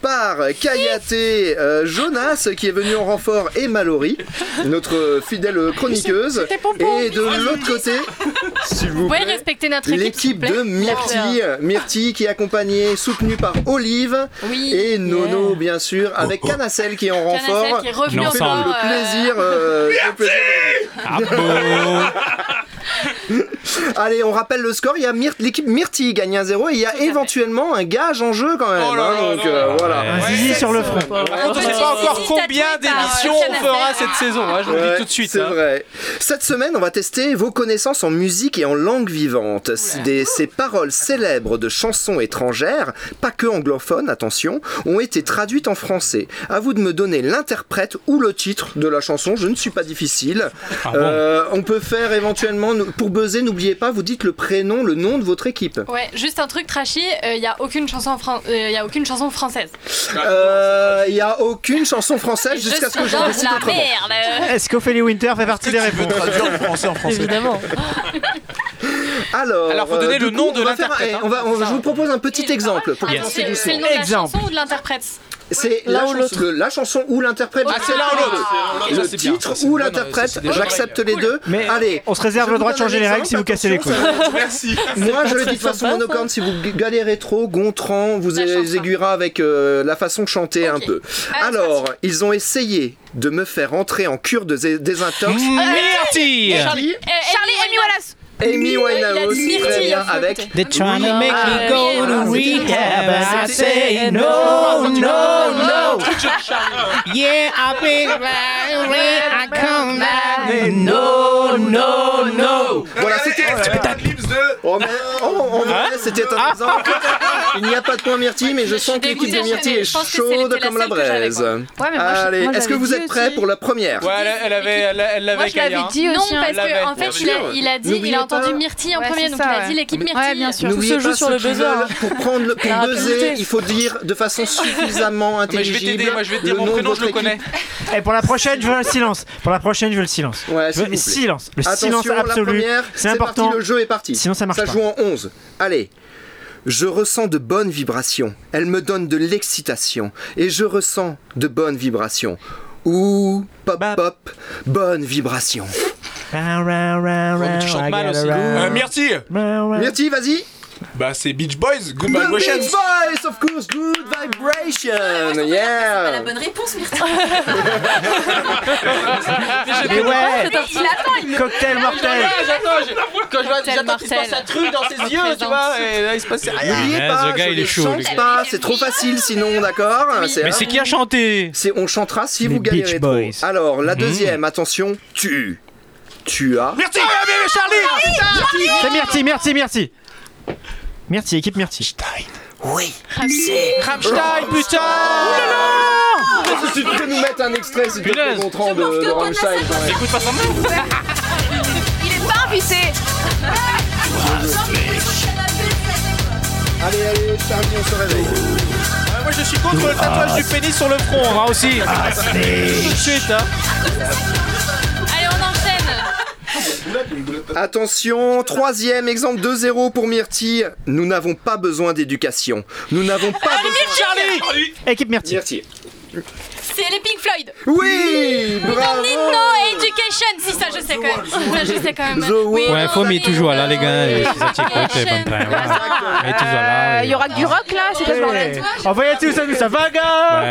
par Kayate, euh, Jonas, qui est venu en renfort, et Mallory, notre fidèle chroniqueuse. Et de Ah, l'autre côté, s'il Vous vous pouvez plaît, respecter notre équipe. l'équipe s'il vous de plaît Myrtille. euh, Myrtille qui est accompagnée, soutenue par Olive et Nono, bien sûr, avec Canacel qui est en Canacel renfort. qui est revenu Nous fait encore, le euh, plaisir. euh, le plaisir Allez, on rappelle le score. Il y a Myr- l'équipe Myrtille gagne 1-0 et il y a éventuellement un gage en jeu quand même. Ah, hein, donc euh, voilà. Un zizi sur le front. On ne sait pas encore combien d'émissions on fera cette saison, hein, je vous le Ouais, dis tout de suite. C'est hein. vrai. Cette semaine, on va tester vos connaissances en musique et en langue vivante. Des- ces paroles célèbres de chansons étrangères, pas que anglophones, attention, ont été traduites en français. À vous de me donner l'interprète ou le titre de la chanson. Je ne suis pas difficile. Ah bon Euh, on peut faire éventuellement, nous- pour buzzer, n'oubliez pas, vous dites le prénom, le nom de votre équipe. Ouais, juste un truc trashy, il n'y a, aucune chanson en Fran- euh, y a aucune chanson française. Euh, Il n'y a aucune chanson française Je jusqu'à ce que suis je dans décide la autrement. merde. Est-ce qu'Ophélie Winter fait partie des réponses Évidemment. Alors, Alors, faut euh, donner du le coup, nom de on va faire- l'interprète, eh, hein. on va- on- je vous propose un petit exemple pour Attends, commencer c'est c'est le nom doucement. de la chanson ou de l'interprète C'est la, chanson, le- la chanson ou l'interprète. Ah, c'est l'un ou l'autre. Ah, Ok, ça, Le c'est bien. titre Ça, ou c'est une bonne- ça, l'interprète, c'est des bonnes j'accepte règles. les deux. Mais Allez, on se réserve je le vous droit de donne un changer les exemple, règles si vous cassez les couilles. attention, ça- Merci. Moi, je le Ça dis de fait façon pas ça. monocorde. Si vous galérez trop, Gontran vous aiguillera avec euh, la façon chantée un peu. Ah, Alors, ils ont essayé de me faire entrer en cure de zé- désintox. Mmh, Myrtille Charlie, Charlie Euh, Amy Wallace Amy Winehouse, Il a dit très Myrtille, bien, en fait. avec. Ah, They're trying to make me go to rehab and I say C'était- no, no, no. Yeah, I've been right when I come back. No, no, no. Oh, Voilà, c'était Lips de Oh, mais, oh, oh, mais Hein c'était Ah. amusant. Il n'y a pas de point Myrtille, mais je, sens que l'équipe de dégoûtée, Myrtille mais est je pense que c'est- chaude c'était la comme la seule que j'avais, braise. quoi. Ouais, mais moi, je- Allez, moi, je est-ce que l'avais vous dit êtes prêts pour la première Ouais, elle, elle avait, elle, elle l'avait. Moi, je l'avais Gaïa. dit aussi. hein. Non, hein. parce Elle l'avait, que, en bien fait, sûr. il a, il a dit, il N'oubliez a entendu pas- Myrtille en Ouais, premier, c'est donc ça, il a ouais. dit l'équipe Ouais, Myrtille. bien sûr. N'oubliez Tout se pas joue sur ceux le qui buzzer. hein. veulent, Pour prendre le La pour buzzer, rapidité. il faut dire de façon suffisamment Ah, mais je intelligible. vais t'aider, moi je vais te dire le mon nom de prénom, je votre le équipe. connais. Et Eh, pour la prochaine, je veux le silence. Pour la prochaine, je veux le silence. Ouais, Je s'il veux- vous plaît. silence. Le Attention, silence la absolu. première, C'est parti, important. le jeu est parti. Sinon, ça marche Ça pas. joue en 11. Allez. Je ressens de bonnes vibrations. Elles me donnent de l'excitation. Et je ressens de bonnes vibrations. Ouh, pop, pop, bonnes vibrations. tu chantes mal aussi. Euh, Myrtille Euh, Myrtille, vas-y Bah, c'est Beach Boys, Good Vibrations Big voice, of course, good vibration. Yeah. Bonne réponse, Myrtille. Mais ouais. Il attend, il me- Cocktail mortel. J'attends, je- quand je vois Tel j'attends qu'il se passe mortel. un truc dans ses yeux, tu vois, et là il se passe rien. N'oubliez Ouais, pas, Ah, ce gars, je il est ne chaud, le chante gars. pas, c'est trop facile sinon, d'accord Mais c'est qui a chanté C'est on chantera si vous galérez Beach trop. Boys. Mmh. Alors la deuxième, attention, tu, tu as. Merci, Charlie. C'est merci, merci, merci. Merci, équipe merci. Oui. C'est Rammstein, Oh, putain Ah, Si tu peux nous mettre un extrait, s'il te plaît, montrant de, de Rammstein. Écoute pas son Il est pas invité. Allez, allez, Charlie, on se réveille. Moi je suis contre le tatouage du pénis sur le front, moi aussi. Ah, Bah Tout de suite, hein. Allez, on enchaîne. Attention, troisième exemple 2-0 pour Myrtille. Nous n'avons pas besoin d'éducation. Nous n'avons pas Charlie Équipe Myrtille. Myrtille. C'est les Pink Floyd. Oui, We don't bravo. need no education. Si, ça, je sais quand même. Ça, je sais quand même. We Ouais, don't faut mais need toujours là, les gars. no euh, si ça t'écoute, education. euh, ben, ben, voilà. Mais toujours là. Il y aura du rock là, c'est quoi ce bordel Envoyez tout ça, nous ça va, Ouais, gars.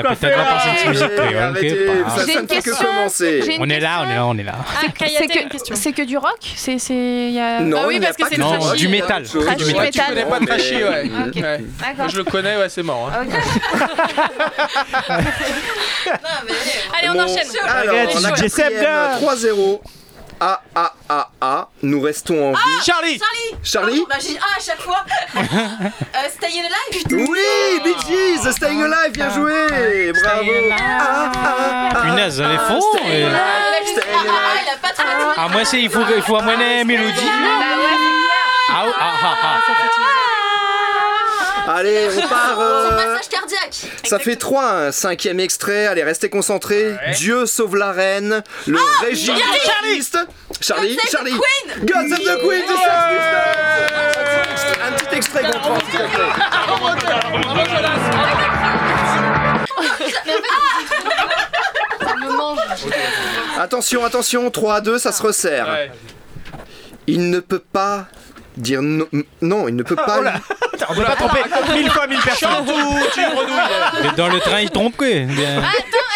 quoi peut-être faire la prochaine musique, mais on arrêtez, ne sait hein, pas. ça- J'ai ça une ne fait que question, commencer. j'ai une On est là, on est là, on est là. C'est que, c'est que du rock C'est c'est il y a Bah Non, il y a pas hein. que Non, du métal. Trashy, Du métal. Ouais, tu connais pas Mais- Trashy, ouais. Ok. Ouais. Moi je le connais, ouais, c'est mort. hein. Allez, on Bon, Ah, enchaîne. Alors, la quatrième, 3-0. Ah, ah, ah, ah, nous restons en vie. Ah, Charlie Charlie Pardon, bah, j'ai dit ah à chaque fois euh, Stay in Euh, live Oui, Bee Gees, Staying Alive, bien joué Bravo Ah, ah, ah, Punaise, elle est ah, fond, Staying elle. Alive, Staying Alive. il a pas trouvé le Ah, moi, c'est, il faut, il faut amener une mélodie. Ah, ah, ah, ah. Allez, on part euh, Massage cardiaque Ça fait 3, un cinquième extrait. Allez, restez concentrés. Dieu sauve la reine. Le Ah, Ah, régime Charlie fasciste. Charlie, God save the Charlie. Queen. God save the Queen. du Sex Pistols. Un petit extrait qu'on prend. s'il te plaît. Ah, Ah, Ça me mange. Attention, attention, 3 à 2, ça se resserre. Il ne peut pas dire non. Non, il ne Ah, peut oh pas. Oh On peut pas tromper mille fois mille personnes. Mais Dans le train, il trompe quoi Bien.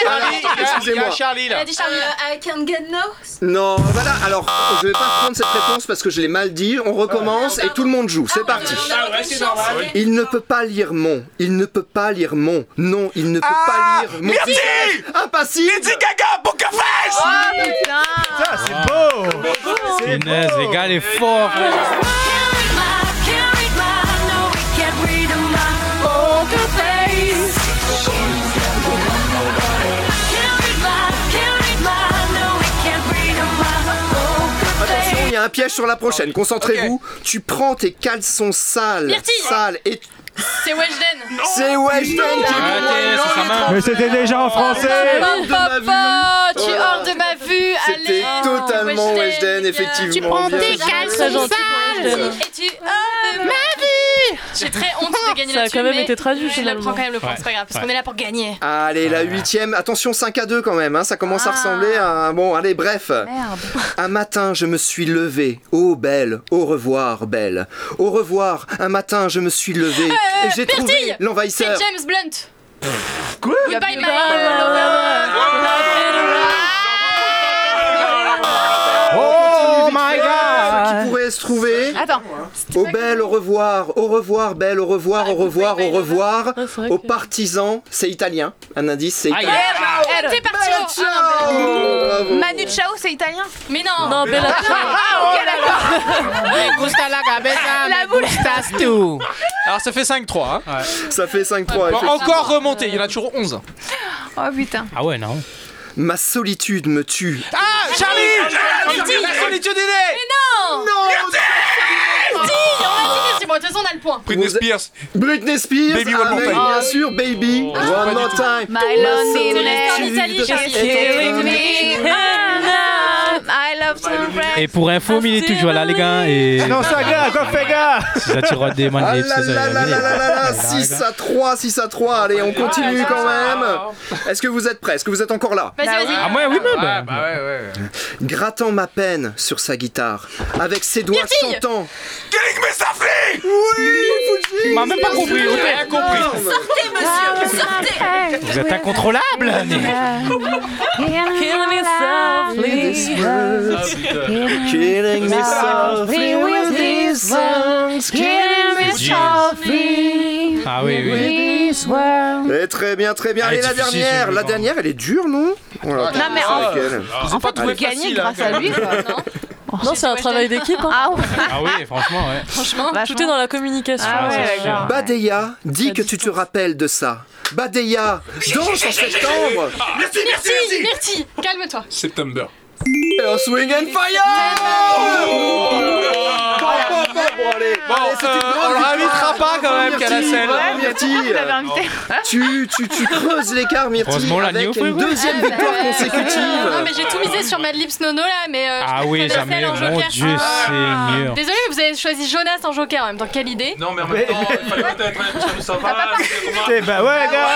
Charlie, excusez-moi. Charlie Il a dit Charlie Euh, I can't get no Non, voilà. Alors, je vais pas prendre cette réponse parce que je l'ai mal dit. On recommence et tout le monde joue. C'est parti. Il ne peut pas lire mon. Il ne peut pas lire mon. Non, il ne peut Ah, pas lire mon. Merci Impassible Gaga, Boca Fresh Oh, Ça, c'est Oh. beau. Punaise, les gars, les forts. Attention, il y a un piège sur la prochaine. Concentrez-vous. Tu prends tes caleçons sales, Myrtille. sales et C'est Weshden. c'est Weshden qui Arrêtez, ça, Ah, Ah, ça marche. Mais c'était déjà en français. Papa, papa, tu es hors de ma vue. Allez. C'était Oh, totalement Weshden, effectivement. Bien joué. Et tu hors de ma vue. J'ai très honte de gagner Ça a là-dessus. quand même mais été traduit, Je la prends finalement. quand même le point, c'est pas grave, parce Ouais. qu'on est là pour gagner. Allez, la huitième. Attention, 5 à 2 quand même. hein, Ça commence à ressembler à... un- Bon, allez, bref. Ah. Merde. Un matin, je me suis levé. Oh, belle. Au revoir, belle. Au revoir. Un matin, je me suis levé. et j'ai trouvé C'est l'envahisseur. James Blunt. Quoi Goodbye, my love. Oh my god Qui pourrait se trouver Attends. Au bel, au revoir, au revoir, belle, au Ah, revoir, au revoir, au revoir. Aux partisans, c'est italien. Un indice, c'est italien. C'est parti. Bravo. Manu David Chao, c'est italien Mais non Non, Bella Ciao. Ah, ok, d'accord Me gusta la cabeza, me gustas tú. Alors ça fait 5-3. hein. Ça fait 5-3. Bon, effectivement. encore remonté, il y en a toujours 11. Oh putain. Ah ouais, non. Ma solitude me tue. Ah, Charlie Merci. La solitude Mais non Non Oh. Si, on a dit merci. Bon, de toute façon, on a le point. Britney Spears. Britney Spears. Baby One More avec, Time. Oh, Bien sûr, Baby. One more time. My Italie, Charlie. I love to break. Et pour info, il est toujours là, les gars. Et Non, Saga, quoi, fait gars si ça tire des mains, Ah les- là c'est là ça, là les- là là là là, 6 hein. à 3, 6 à 3, allez on continue quand même. Est-ce que vous êtes prêts Est-ce que vous êtes encore là Vas-y, vas-y. Ah, moi, oui, même. bah Grattant ma peine sur sa guitare, avec ses doigts Myrtille chantants. Il m'a même pas compris. ok. Ah, Sortez, monsieur Sortez Ah, Vous êtes incontrôlable. Kill me softly. Ah, Killing me softly with these songs, killing me softly. Ah oui, oui. Et Eh, très bien, très bien. Elle Allez, est la difficile, dernière, celui-là. la dernière, elle est dure, non Voilà, Non, mais c'est en- laquelle Ah. En fait, vous Allez. gagnez hein, grâce à lui, quoi, non Non, c'est un travail d'équipe. hein. Ah ouais, Ah oui, franchement, ouais. franchement. Tout est dans la communication. Ah ouais, c'est d'accord. Badeya, dis que tu te rappelles de ça. Badeya, danse en Ah, septembre. Merci, merci, Merci, merci. merci Calme-toi September. Earth, Swing and Oh, Fire oh, Bon, allez, allez, c'était euh, drôle, on le victoire. hein, ravitera pas quand même, Merci, Canacelle. bravo, Myrtille. euh, tu, tu, tu creuses l'écart, Myrtille, Heureusement, l'agneau, avec une frérot. deuxième Ah, bah, victoire Euh, Non, mais consécutive. j'ai tout misé sur Mad Lips Nono là, mais. euh, Ah je oui, préfère jamais. celle en Mon Joker. Ah. Dieu Seigneur. Désolé, mais vous avez choisi Jonas en Joker en même temps. Quelle idée Non, mais en même temps, il fallait pas être un petit peu sympa. Eh bah ouais, Ah, gars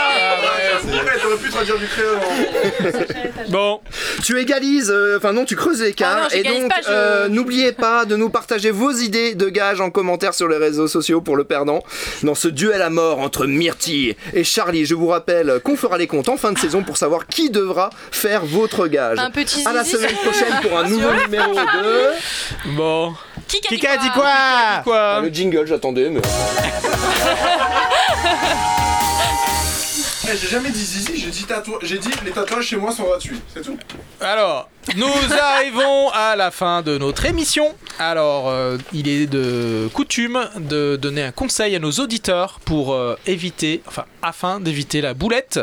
T'aurais pu traduire du créole Bon. Tu égalises, euh, enfin non, tu creuses Ah l'écart. non, et j'égalise donc, pas, je- euh, n'oubliez pas de nous partager vos idées de gages en commentaire sur les réseaux sociaux pour le perdant. Dans ce duel à mort entre Myrtille et Charlie, je vous rappelle qu'on fera les comptes en fin de saison pour savoir qui devra faire votre gage. Un petit à la zizi. semaine prochaine pour un nouveau numéro de... Ah, Bon. Qui Qui a dit quoi Quoi Le jingle, j'attendais, mais... Eh, J'ai jamais dit zizi, j'ai dit tatouage. J'ai dit les tatouages chez moi sont gratuits, c'est tout. Alors, nous arrivons à la fin de notre émission. Alors, euh, il est de coutume de donner un conseil à nos auditeurs pour euh, éviter, enfin, afin d'éviter la boulette.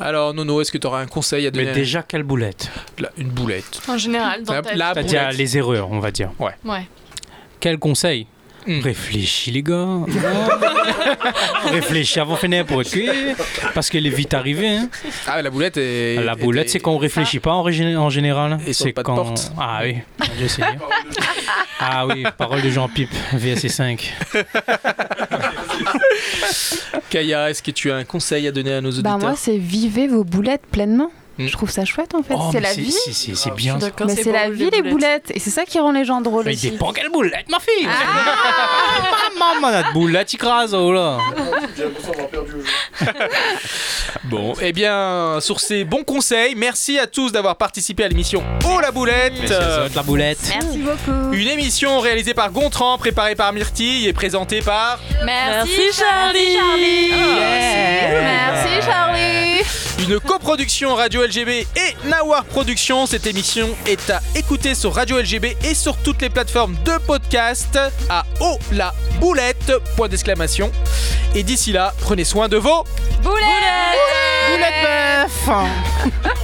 Alors, Nono, est-ce que tu auras un conseil à donner Mais à- déjà, quelle boulette La- Une boulette. En général, dans La, ta la C'est-à-dire boulette. les erreurs, on va dire. Ouais. Ouais. Quel conseil Mm. Réfléchis les gars. Réfléchis avant finir pour écrire. Parce qu'elle est vite arrivée. hein. Ah, la boulette est. La boulette, est- c'est quand on réfléchit pas en, régé- en général. Et sur C'est pas de quand. porte. Ah oui, je sais. ah oui, parole de Jean Pipe, VSC5. Kaya, est-ce que tu as un conseil à donner à nos Bah auditeurs moi, c'est vivez vos boulettes pleinement. Mm. Je trouve ça chouette en fait. Oh, c'est mais la vie. C'est c'est- c'est bien. ça. Mais c'est la vie les boulettes. Et c'est ça qui rend les gens drôles Mais aussi. dépend quelle boulette, ma fille Ah, Ah, Maman, on a de boulette, il crase, oh là J'ai l'impression d'avoir perdu aujourd'hui. Bon, eh bien, sur ces bons conseils, merci à tous d'avoir participé à l'émission Oh la boulette Euh, la boulette. Merci beaucoup. Une émission réalisée par Gontran, préparée par Myrtille et présentée par Merci, Merci, Charlie. Merci, Charlie une coproduction Radio LGB et Nawar Productions. Cette émission est à écouter sur Radio LGB et sur toutes les plateformes de podcast à Oh la boulette Point d'exclamation. Et d'ici là, prenez soin de vos... Boulet Boulette